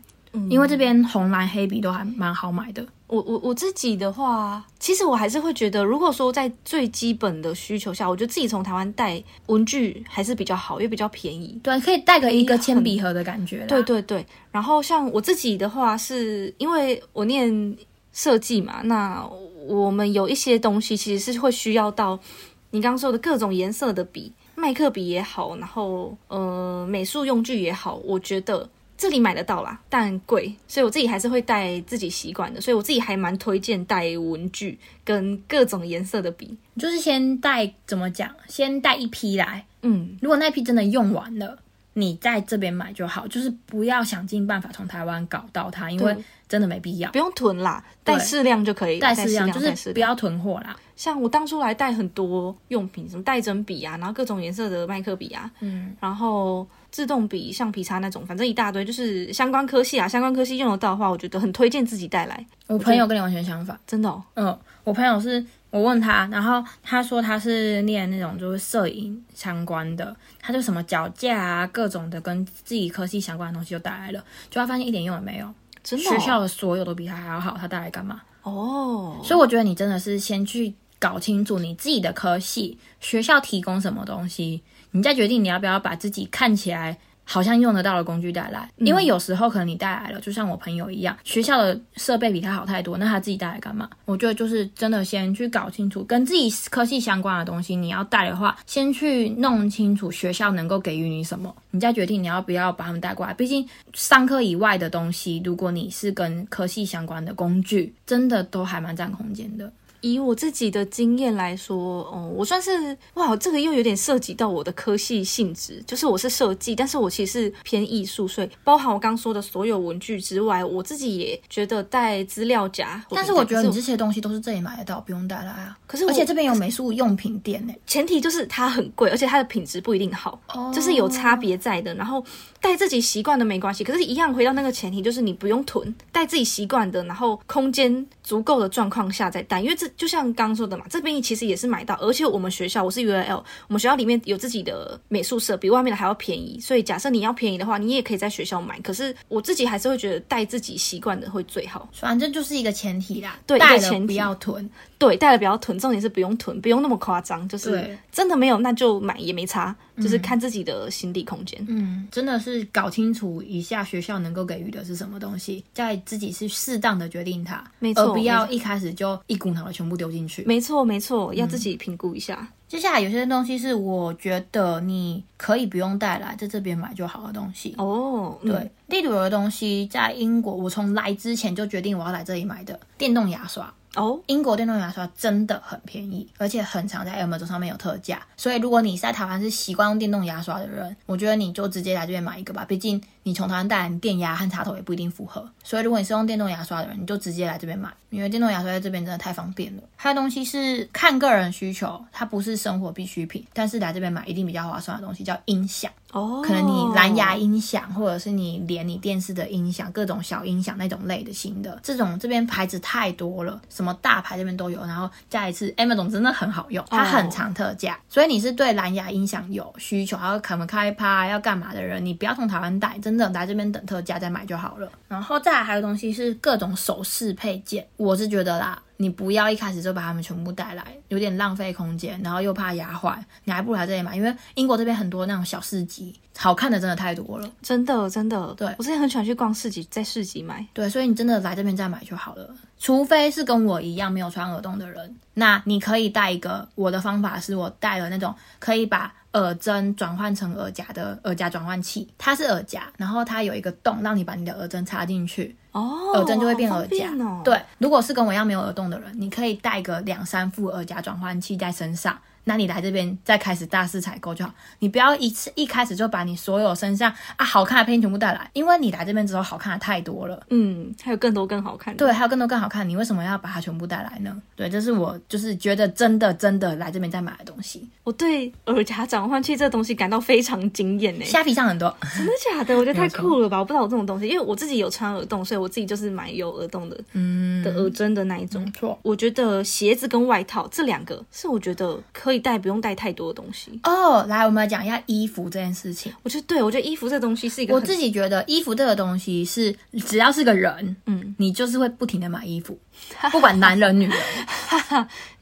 因为这边红蓝黑笔都还蛮好买的。
我我我自己的话，其实我还是会觉得，如果说在最基本的需求下，我觉得自己从台湾带文具还是比较好，也比较便宜。
对，可以带个一
哎
个
很
铅笔盒的感觉啦。
对对对，然后像我自己的话是，因为我念设计嘛，那我们有一些东西其实是会需要到你刚刚说的各种颜色的笔，麦克笔也好，然后呃美术用具也好，我觉得这里买得到啦，但贵，所以我自己还是会带自己习惯的，所以我自己还蛮推荐带文具跟各种颜色的笔。
你就是先带怎么讲，先带一批来，
嗯，
如果那批真的用完了，你在这边买就好，就是不要想尽办法从台湾搞到它，因为
对
真的没必要
不。用囤啦，带
对
适量就可以了，
带
带
适量，就
量，带适
是
量
不。要囤货啦。
像我当初来带很多用品，什么带针笔啊，然后各种颜色的麦克笔啊，
嗯，
然后自动笔、橡皮擦那种，反正一大堆，就是相关科系啊，相关科系用得到的话，我觉得很推荐自己带来，
我朋友跟你完全相反。
真的、哦。
嗯，我朋友是我问他，然后他说他是念那种就是摄影相关的，他就什么脚架啊，各种的跟自己科系相关的东西就带来了，就他发现一点用也没有。
真的、哦，
学校的所有都比他还要好，他带来干嘛？
哦，
所以我觉得你真的是先去搞清楚你自己的科系，学校提供什么东西，你再决定你要不要把自己看起来好像用得到的工具带来。
嗯
因为有时候可能你带来了，就像我朋友一样，学校的设备比他好太多，那他自己带来干嘛？我觉得就是真的先去搞清楚跟自己科系相关的东西，你要带的话，先去弄清楚学校能够给予你什么，你再决定你要不要把他们带过来。毕竟上课以外的东西，如果你是跟科系相关的工具，真的都还蛮占空间的。
以我自己的经验来说，哦，我算是哇，这个又有点涉及到我的科系性质，就是我是设计，但是我其实是偏艺术，所以包含我刚说的所有文具之外，我自己也觉得带资料夹。
但是我觉得你这些东西都是这里买得到，不用带来啊。
可是我
而且这边有美术用品店呢、
前提就是它很贵，而且它的品质不一定好，哦就是有差别在的。然后带自己习惯的没关系，可是一样回到那个前提，就是你不用囤，带自己习惯的，然后空间足够的状况下再带。因为这就像刚说的嘛，这边其实也是买到，而且我们学校我是 U L L，我们学校里面有自己的美术社，比外面的还要便宜。所以假设你要便宜的话，你也可以在学校买。可是我自己还是会觉得带自己习惯的会最好。
反正就是一个前提啦，
对
带
一个
了
前提
不要囤。
对，带了不要囤，重点是不用囤，不用那么夸张，就是
对
真的没有那就买也没差，就是看自己的心理空间。
嗯，真的是搞清楚一下学校能够给予的是什么东西，再自己是适当的决定它，
没错
而不要
没
一开始就一股脑的全部丢进去。
没错，没错，要
嗯
自己评估一下。
接下来有些东西是我觉得你可以不用带来，在这边买就好的东西。
哦，嗯
对，，例如有的东西在英国，我从来之前就决定我要来这里买的电动牙刷。
哦，
英国电动牙刷真的很便宜，而且很常在 Amazon 上面有特价。所以如果你在台湾是习惯用电动牙刷的人，我觉得你就直接来这边买一个吧。毕竟你从台湾带来，你电压和插头也不一定符合。所以如果你是用电动牙刷的人，你就直接来这边买，因为电动牙刷在这边真的太方便了。还有东西是看个人需求，它不是生活必需品，但是来这边买一定比较划算的东西叫音响。
哦，
可能你蓝牙音响，或者是你连你电视的音响，各种小音响那种类的新的，这种这边牌子太多了，什么大牌这边都有。然后加一次 Amazon 真的很好用，它很常特价，所以你是对蓝牙音响有需求，还要可能开趴要干嘛的人，你不要从台湾带，真的来这边等特价再买就好了。然后再来还有东西是各种首饰配件，我是觉得啦。你不要一开始就把它们全部带来，有点浪费空间，然后又怕压坏，你还不如来这里买，因为英国这边很多那种小市集，好看的真的太多了。
真的真的，
对
我之前很喜欢去逛市集，在市集买。
对，所以你真的来这边再买就好了，除非是跟我一样没有穿耳洞的人，那你可以带一个。我的方法是我带了那种可以把耳针转换成耳夹的耳夹转换器，它是耳夹，然后它有一个洞让你把你的耳针插进去，
哦，
耳针就会变
好
耳
方
夹。
便哦、
对，如果是跟我一样没有耳洞的人，你可以带个两三副耳夹转换器在身上。那你来这边再开始大肆采购就好，你不要一次一开始就把你所有身上啊好看的配件全部带来，因为你来这边之后好看的太多了。
嗯，还有更多更好看的。
对，还有更多更好看，你为什么要把它全部带来呢？对，这是我就是觉得真的真的来这边再买的东西，
我对耳夹转换器这东西感到非常惊艳欸呢、
虾皮上很多，
真的假的？我觉得太酷了吧！我不知道有这种东西，因为我自己有穿耳洞，所以我自己就是买有耳洞的、
嗯，
的耳针的那一种。
没错。
我觉得鞋子跟外套这两个是我觉得可以带不用带太多的东西。
哦，来，我们来讲一下衣服这件事情。
我觉得对，我觉得衣服这东西是一个
我
很
自己觉得衣服这个东西是，只要是个人，
嗯
你就是会不停的买衣 服，不管男人女人。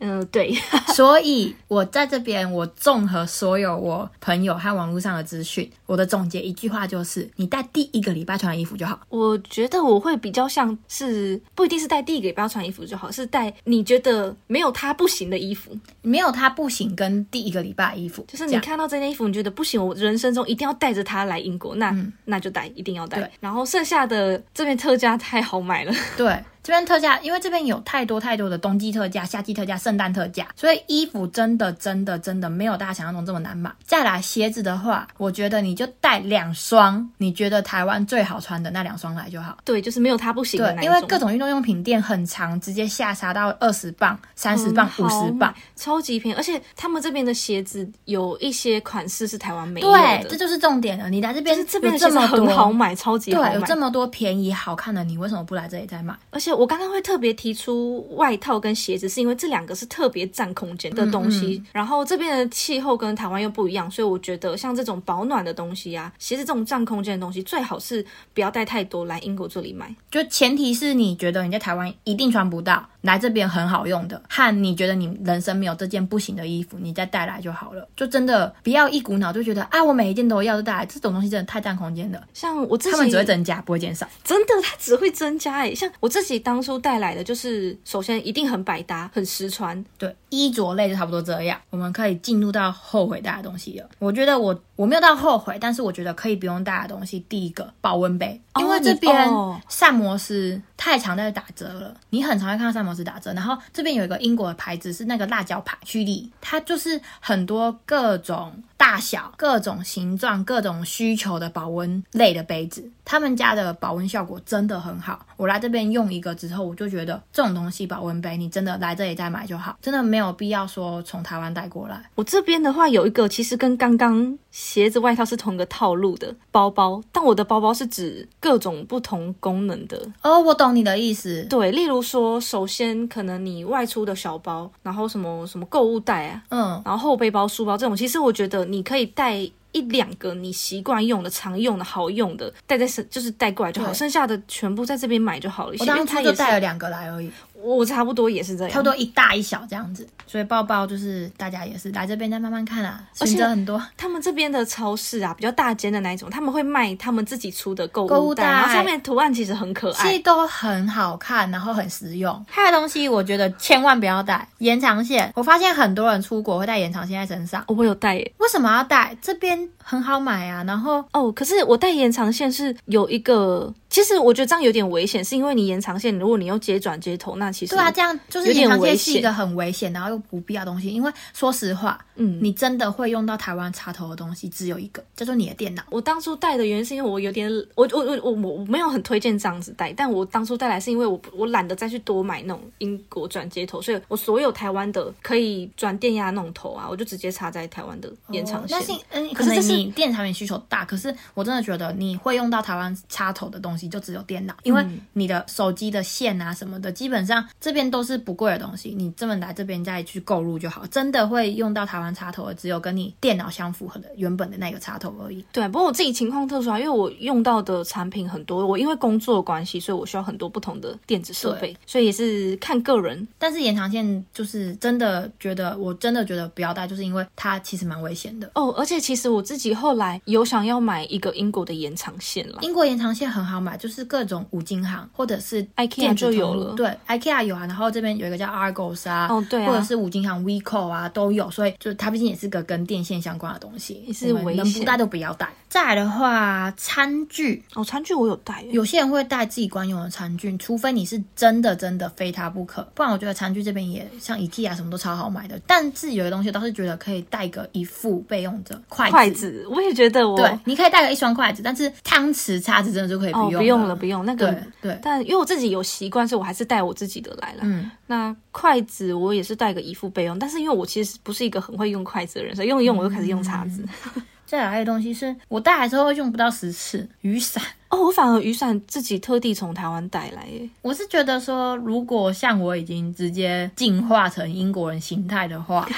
嗯、呃对，
所以我在这边，我综合所有我朋友和网络上的资讯，我的总结一句话就是：你带第一个礼拜穿的衣服就好。
我觉得我会比较像是不一定是带第一个礼拜要穿衣服就好，是带你觉得没有它不行的衣服，
没有它不行，跟第一个礼拜的衣服
就是
这
你
样
看到这件衣服，你觉得不行，我人生中一定要带着它来英国，那、那就带，一定要带
嗯对。
然后剩下的这边特价太好买了，
对，这边特价，因为这边有太多太多的冬季特价、夏季特价、圣诞特价，所以衣服真的真的真的没有大家想象中这么难买。再来鞋子的话，我觉得你就带两双你觉得台湾最好穿的那两双来就好。
对，就是没有它不行的
对
那，一
因
种。
为各种运动用品店很长，直接下杀到二十磅、三十磅、
很
五
嗯好
十
买
磅。
超级便宜，而且他们这边的鞋子有一些款式是台湾没有
对
的，，
这就是重点了。你来这边
嗯就是这边
有
的鞋
这
子
么
很
多
好买，超级好
对，有
买
这。么多便宜好看的，你为什么不来这里再买？
而且我刚刚会特别提出外套跟鞋子，是因为这两个是特别占空间
嗯
的东西。然后这边的气候跟台湾又不一样，所以我觉得像这种保暖的东西啊，鞋子这种占空间的东西，最好是不要带太多来英国这里买。
就前提是你觉得你在台湾一定穿不到，来这边很好用的，和你觉得你人生没有这件不行的衣服，你再带来就好了。就真的不要一股脑就觉得啊，我每一件都要就带来，这种东西真的太占空间了。
像我自己，
他们只会增加，不会减少。
真的，它只会增加诶。像我自己当初带来的，就是首先一定很百搭，很实穿，
对，衣着类就差不多这样。我们可以进入到后悔带的东西了。我觉得我我没有到后悔，但是我觉得可以不用带的东西，第一个保温杯，
哦
因为这边
你哦
膳魔师太常在打折了，你很常会看到膳魔师打折。然后这边有一个英国的牌子是那个辣椒牌蓄力，它就是很多各种大小、各种形状、各种需求的保温类的杯子，他们家的保温效果真的很好。我来这边用一个之后，我就觉得这种东西保温杯，你真的来这里再买就好，真的没有必要说从台湾带过来。
我这边的话有一个，其实跟刚刚鞋子、外套是同一个套路的包包，但我的包包是指各种不同功能的。
哦，我懂你的意思。
对，例如说，首先可能你外出的小包，然后什么什么购物袋啊，
嗯，
然后后背包、书包这种，其实我觉得你可以带一两个你习惯用的、常用的、好用的，带在身就是带过来就好，
对
剩下的全部在这边买就好了。
我
因
当
为它
初
也
就是带了两个来而已。
我差不多也是这样，
差不多一大一小这样子，所以包包就是大家也是来这边再慢慢看啊，
而且
选择很多。
他们这边的超市啊，比较大间的那一种，他们会卖他们自己出的购物袋，
购物袋
然后上面的图案其实很可
其
爱
实。都很好看，然后很实用。它的东西我觉得千万不要带延长线。我发现很多人出国会带延长线在身上，
哦我有带耶。
为什么要带？这边很好买啊，然后
哦，可是我带延长线是有一个，其实我觉得这样有点危险，是因为你延长线，如果你又接转接头，那其实
对啊，这样就是
有点
延长线是
危险
一个很危险，然后又不必要的东西。因为说实话，
嗯
你真的会用到台湾插头的东西只有一个，叫做你的电脑。
我当初带的原因是因为我有点，我我我我我没有很推荐这样子带，但我当初带来是因为我我懒得再去多买那种英国转接头，所以我所有台湾的可以转电压那种头啊，我就直接插在台湾的延长线。
但是嗯，
可
可
是这
能
是
你电产品需求大，可是我真的觉得你会用到台湾插头的东西就只有电脑，因
嗯
为你的手机的线啊什么的，基本上这边都是不贵的东西，你这么来这边再去购入就好。真的会用到台湾插头的，只有跟你电脑相符合的原本的那个插头而已。
对，不过我自己情况特殊啊，因为我用到的产品很多，我因为工作的关系，所以我需要很多不同的电子设备，所以也是看个人。
但是延长线就是真的觉得，我真的觉得不要带，就是因为它其实蛮危险的。
哦，而且其实我自己后来有想要买一个英国的延长线啦，
英国延长线很好买，嘛，就是各种五金行或者是
IKEA
电子
就有
通路
了
对，IKEA 有啊，然后这边有一个叫 Argos 啊，
哦对啊
或者是五金行 Vico 啊都有，所以就它毕竟也是个跟电线相关的东西，
也是
我们
危
能不
险
带都不要带。再来的话，餐具，
哦，餐具我有带耶，
有些人会带自己专用的餐具，除非你是真的真的非它不可，不然我觉得餐具这边也像 IKEA 什么都超好买的。但是有些东西我倒是觉得可以带个一副备用的筷子。
筷子哦我也觉得我
对，你可以带个一双筷子，但是汤匙、叉子真的就可以不
哦
用
不用了不
用。
用那
对
个，
对，
但因为我自己有习惯，所以我还是带我自己的来了。
嗯，
那筷子我也是带个一副备用，但是因为我其实不是一个很会用筷子的人，所以用一用我就开始用叉
嗯
子。
再来还有东西是我带来之后用不到十次，雨伞。
哦，我反而雨伞自己特地从台湾带来耶。
我是觉得说，如果像我已经直接进化成英国人形态的话，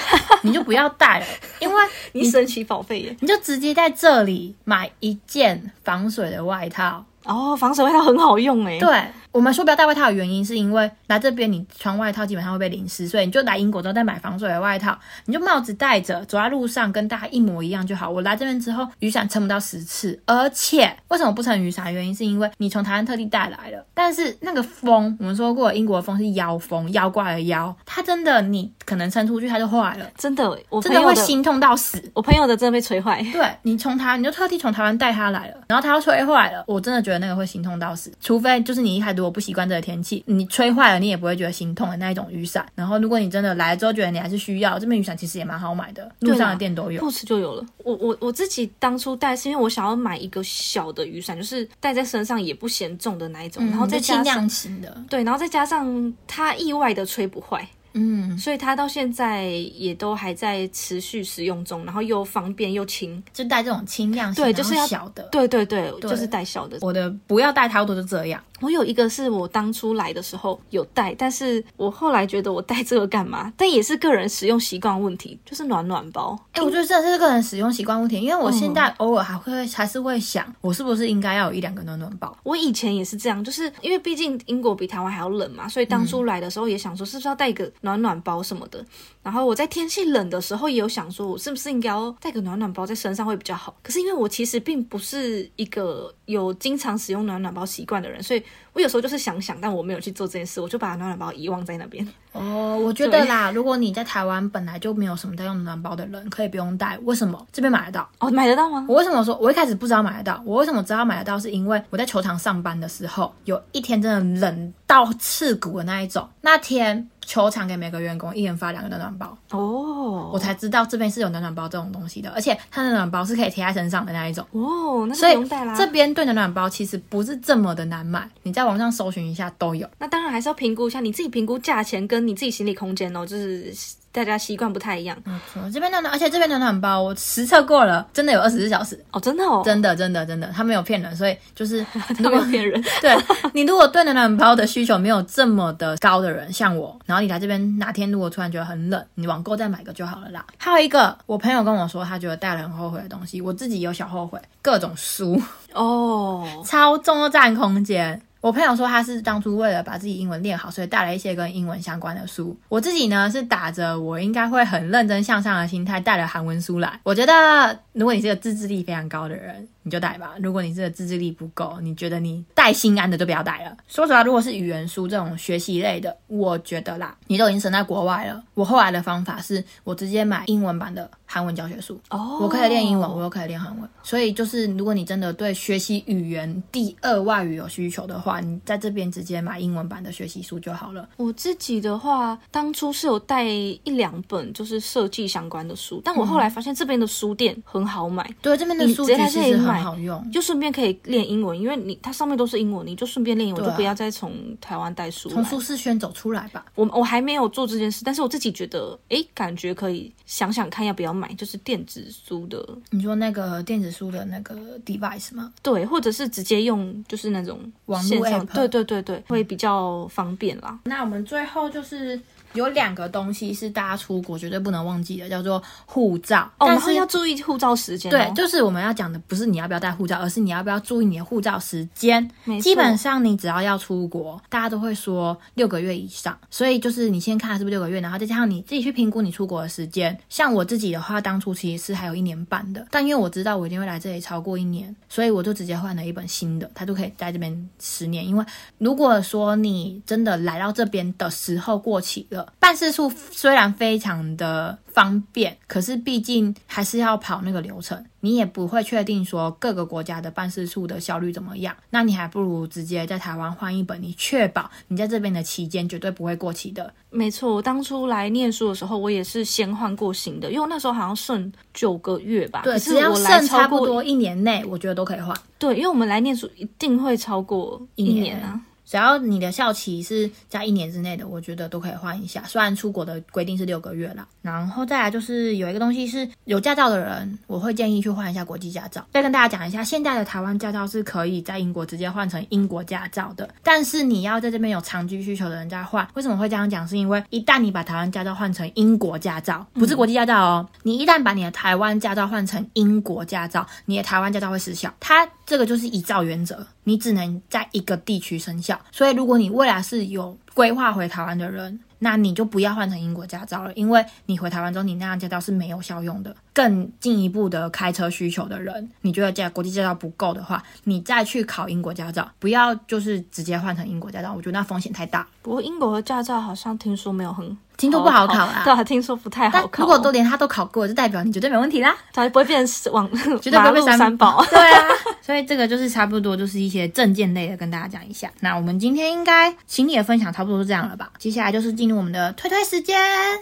你就不要带了，因为
你神奇宝贝耶！
你就直接在这里买一件防水的外套。
哦，防水外套很好用哎。，
对我们说不要带外套的原因，是因为来这边你穿外套基本上会被淋湿，所以你就来英国之后再买防水的外套，你就帽子戴着，走在路上跟大家一模一样就好。我来这边之后，雨伞撑不到十次，而且为什么不撑雨伞？原因是因为你从台湾特地带来了，但是那个风，我们说过英国的风是妖风，妖怪的妖，它真的你可能撑出去它就坏了，
真的，我
真
朋
的
友
会
的，
心痛到死。
我朋友的真的被吹坏。
对你从台，你就特地从台湾带他来了，然后他要吹坏了，我真的觉得那个会心痛到死。除非就是你一开始如果不习惯这个天气，你吹坏了你也不会觉得心痛的那一种雨伞。然后如果你真的来了之后觉得你还是需要，这边雨伞其实也蛮好买的，路上的店都有。
不吃就有了。我我我自己当初带是因为我想要买一个小的雨伞，就是带在身上也不嫌重的那一种，然后
嗯就
嗯再
轻
加上
量型的，
对，然后再加上它意外的吹不坏，
嗯，
所以它到现在也都还在持续使用中，然后又方便又轻。
就带这种轻量型，
对就是
然后
要
小的。
对对对，就是带小的。我
我的不要带太多就这样，
我有一个是我当初来的时候有带，但是我后来觉得我带这个干嘛？但也是个人使用习惯问题，就是暖暖包。
哎、我觉得真的是个人使用习惯问题，因为
嗯
我现在偶尔还会还是会想，我是不是应该要有一两个暖暖包？
我以前也是这样，就是因为毕竟英国比台湾还要冷嘛，所以当初来的时候也想说是不是要带一个暖暖包什么的。然后我在天气冷的时候也有想说，我是不是应该要带个暖暖包在身上会比较好。可是因为我其实并不是一个有经常使用暖暖包习惯的人，所以我有时候就是想想，但我没有去做这件事，我就把暖暖包遗忘在那边。
哦，我觉得啦，如果你在台湾本来就没有什么在用暖包的人，可以不用带。为什么这边买得到？
哦，买得到吗？
我为什么说，我一开始不知道买得到？我为什么知道买得到？是因为我在球场上班的时候，有一天真的冷到刺骨的那一种。那天球场给每个员工一人发两个暖暖包，
哦，
我才知道这边是有暖暖包这种东西的，而且它的暖暖包是可以贴在身上的那一种。
哦，那就
所以
不用带啦。
这边嗯对暖暖包其实不是这么的难买，你在网上搜寻一下都有。
那当然还是要评估一下你自己评估价钱跟你自己行李空间哦，就是大家习惯不太一样
没错，这边暖暖，而且这边暖暖包我实测过了，真的有二十四小时。
哦，真的哦，
真的，真的，真的，他没有骗人，所以就是
都没有骗人。
对你如果对暖暖包的需求没有这么的高的人，像我，然后你来这边哪天如果突然觉得很冷，你网购再买个就好了啦。还有一个，我朋友跟我说他觉得带了很后悔的东西，我自己有小后悔，各种书，
哦，
超重占空间。我朋友说他是当初为了把自己英文练好，所以带了一些跟英文相关的书。我自己呢是打着我应该会很认真向上的心态带了韩文书来。我觉得如果你是个自制力非常高的人，你就带吧；如果你这个自制力不够，你觉得你带心安的就不要带了。说实话，如果是语言书这种学习类的，我觉得啦，你都已经身在国外了。我后来的方法是我直接买英文版的韩文教学书。
哦，
我可以练英文，我又可以练韩文，所以就是如果你真的对学习语言第二外语有需求的话，你在这边直接买英文版的学习书就好了。
我自己的话，当初是有带一两本就是设计相关的书，
嗯
但我后来发现这边的书店很好买，
对，这边的
你
书
直
籍
接在
其
这里
实很
买
好用。
就顺便可以练英文，因为你它上面都是英文，你就顺便练英文，
对啊
就不要再从台湾带书来。
从舒适圈走出来吧，
我我还没有做这件事，但是我自己觉得，诶，感觉可以想想看要不要买，就是电子书的，
你说那个电子书的那个 device 吗？
对，或者是直接用就是那种
网络
线上，
app
对对对对，会比较方便啦。
那我们最后就是有两个东西是大家出国绝对不能忘记的，叫做护照。
哦，然
但
后
是
要注意护照时间、哦。
对，就是我们要讲的不是你要不要带护照，而是你要不要注意你的护照时间
没。错
基本上你只要要出国，大家都会说六个月以上，所以就是你先看是不是六个月，然后再加上你自己去评估你出国的时间。像我自己的话，当初其实是还有一年半的，但因为我知道我一定会来这里超过一年，所以我就直接换了一本新的，它就可以在这边十年。因为如果说你真的来到这边的时候过期了，办事处虽然非常的方便，可是毕竟还是要跑那个流程，你也不会确定说各个国家的办事处的效率怎么样，那你还不如直接在台湾换一本，你确保你在这边的期间绝对不会过期的。
没错，我当初来念书的时候，我也是先换过新的，因为我那时候好像剩九个月吧。可
对，
是
只要
我来
剩
超
差
过
不多一年内，我觉得都可以换。
对，因为我们来念书一定会超过一
年
年啊。
只要你的校期是在一年之内的，我觉得都可以换一下。虽然出国的规定是六个月啦，然后再来就是有一个东西是有驾照的人，我会建议去换一下国际驾照。再跟大家讲一下，现在的台湾驾照是可以在英国直接换成英国驾照的，但是你要在这边有长居需求的人再换。为什么会这样讲？是因为一旦你把台湾驾照换成英国驾照，不是国际驾照哦，你一旦把你的台湾驾照换成英国驾照，你的台湾驾照会失效。它这个就是一照原则，你只能在一个地区生效。所以，如果你未来是有规划回台湾的人，那你就不要换成英国驾照了，因为你回台湾之后，你那张驾照是没有效用的。更进一步的开车需求的人，你觉得驾国际驾照不够的话，你再去考英国驾照，不要就是直接换成英国驾照，我觉得那风险太大了，
不过英国的驾照好像听说没有很
听说不好考啊。
对啊，听说不太
但
好考。
如果都连他都考过，就代表你绝对没问题啦。
它不会变成网
绝对不
马
会
路
被三
三宝。
对啊，所以这个就是差不多就是一些证件类的，跟大家讲一下。那我们今天应该行李的分享差不多是这样了吧？接下来就是进入我们的推推时间。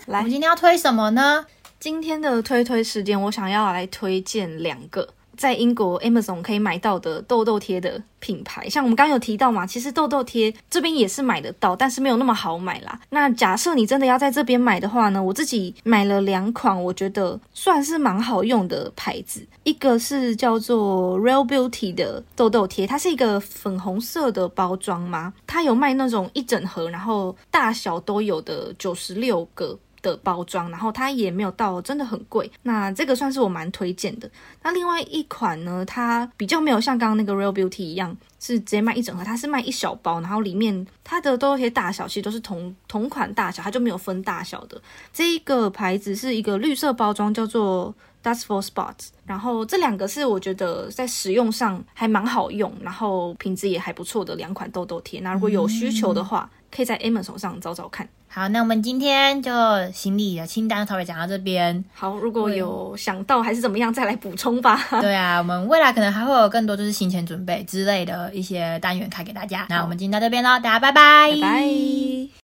来
我们今天要推什么呢？
今天的推推时间，我想要来推荐两个在英国 Amazon 可以买到的痘痘贴的品牌。像我们刚刚有提到嘛，其实痘痘贴这边也是买得到，但是没有那么好买啦。那假设你真的要在这边买的话呢，我自己买了两款，我觉得算是蛮好用的牌子。一个是叫做 Real Beauty 的痘痘贴，它是一个粉红色的包装嘛，它有卖那种一整盒，然后大小都有的九十六个的包装，然后它也没有到真的很贵，那这个算是我蛮推荐的。那另外一款呢，它比较没有像刚刚那个 Real Beauty 一样是直接卖一整盒，它是卖一小包，然后里面它的痘痘贴大小其实都是同同款大小，它就没有分大小的。这一个牌子是一个绿色包装，叫做 Dust for Spots。然后这两个是我觉得在使用上还蛮好用，然后品质也还不错的两款痘痘贴。那如果有需求的话，可以在 Amazon 上找找看。
好，那我们今天就行李的清单稍微讲到这 边。
好，如果有想到还是怎么样，再来补充吧。
对啊，我们未来可能还会有更多就是行前哎准备之类的一些单元开给大家。那我们今天到这边喽，大家拜拜，
拜拜。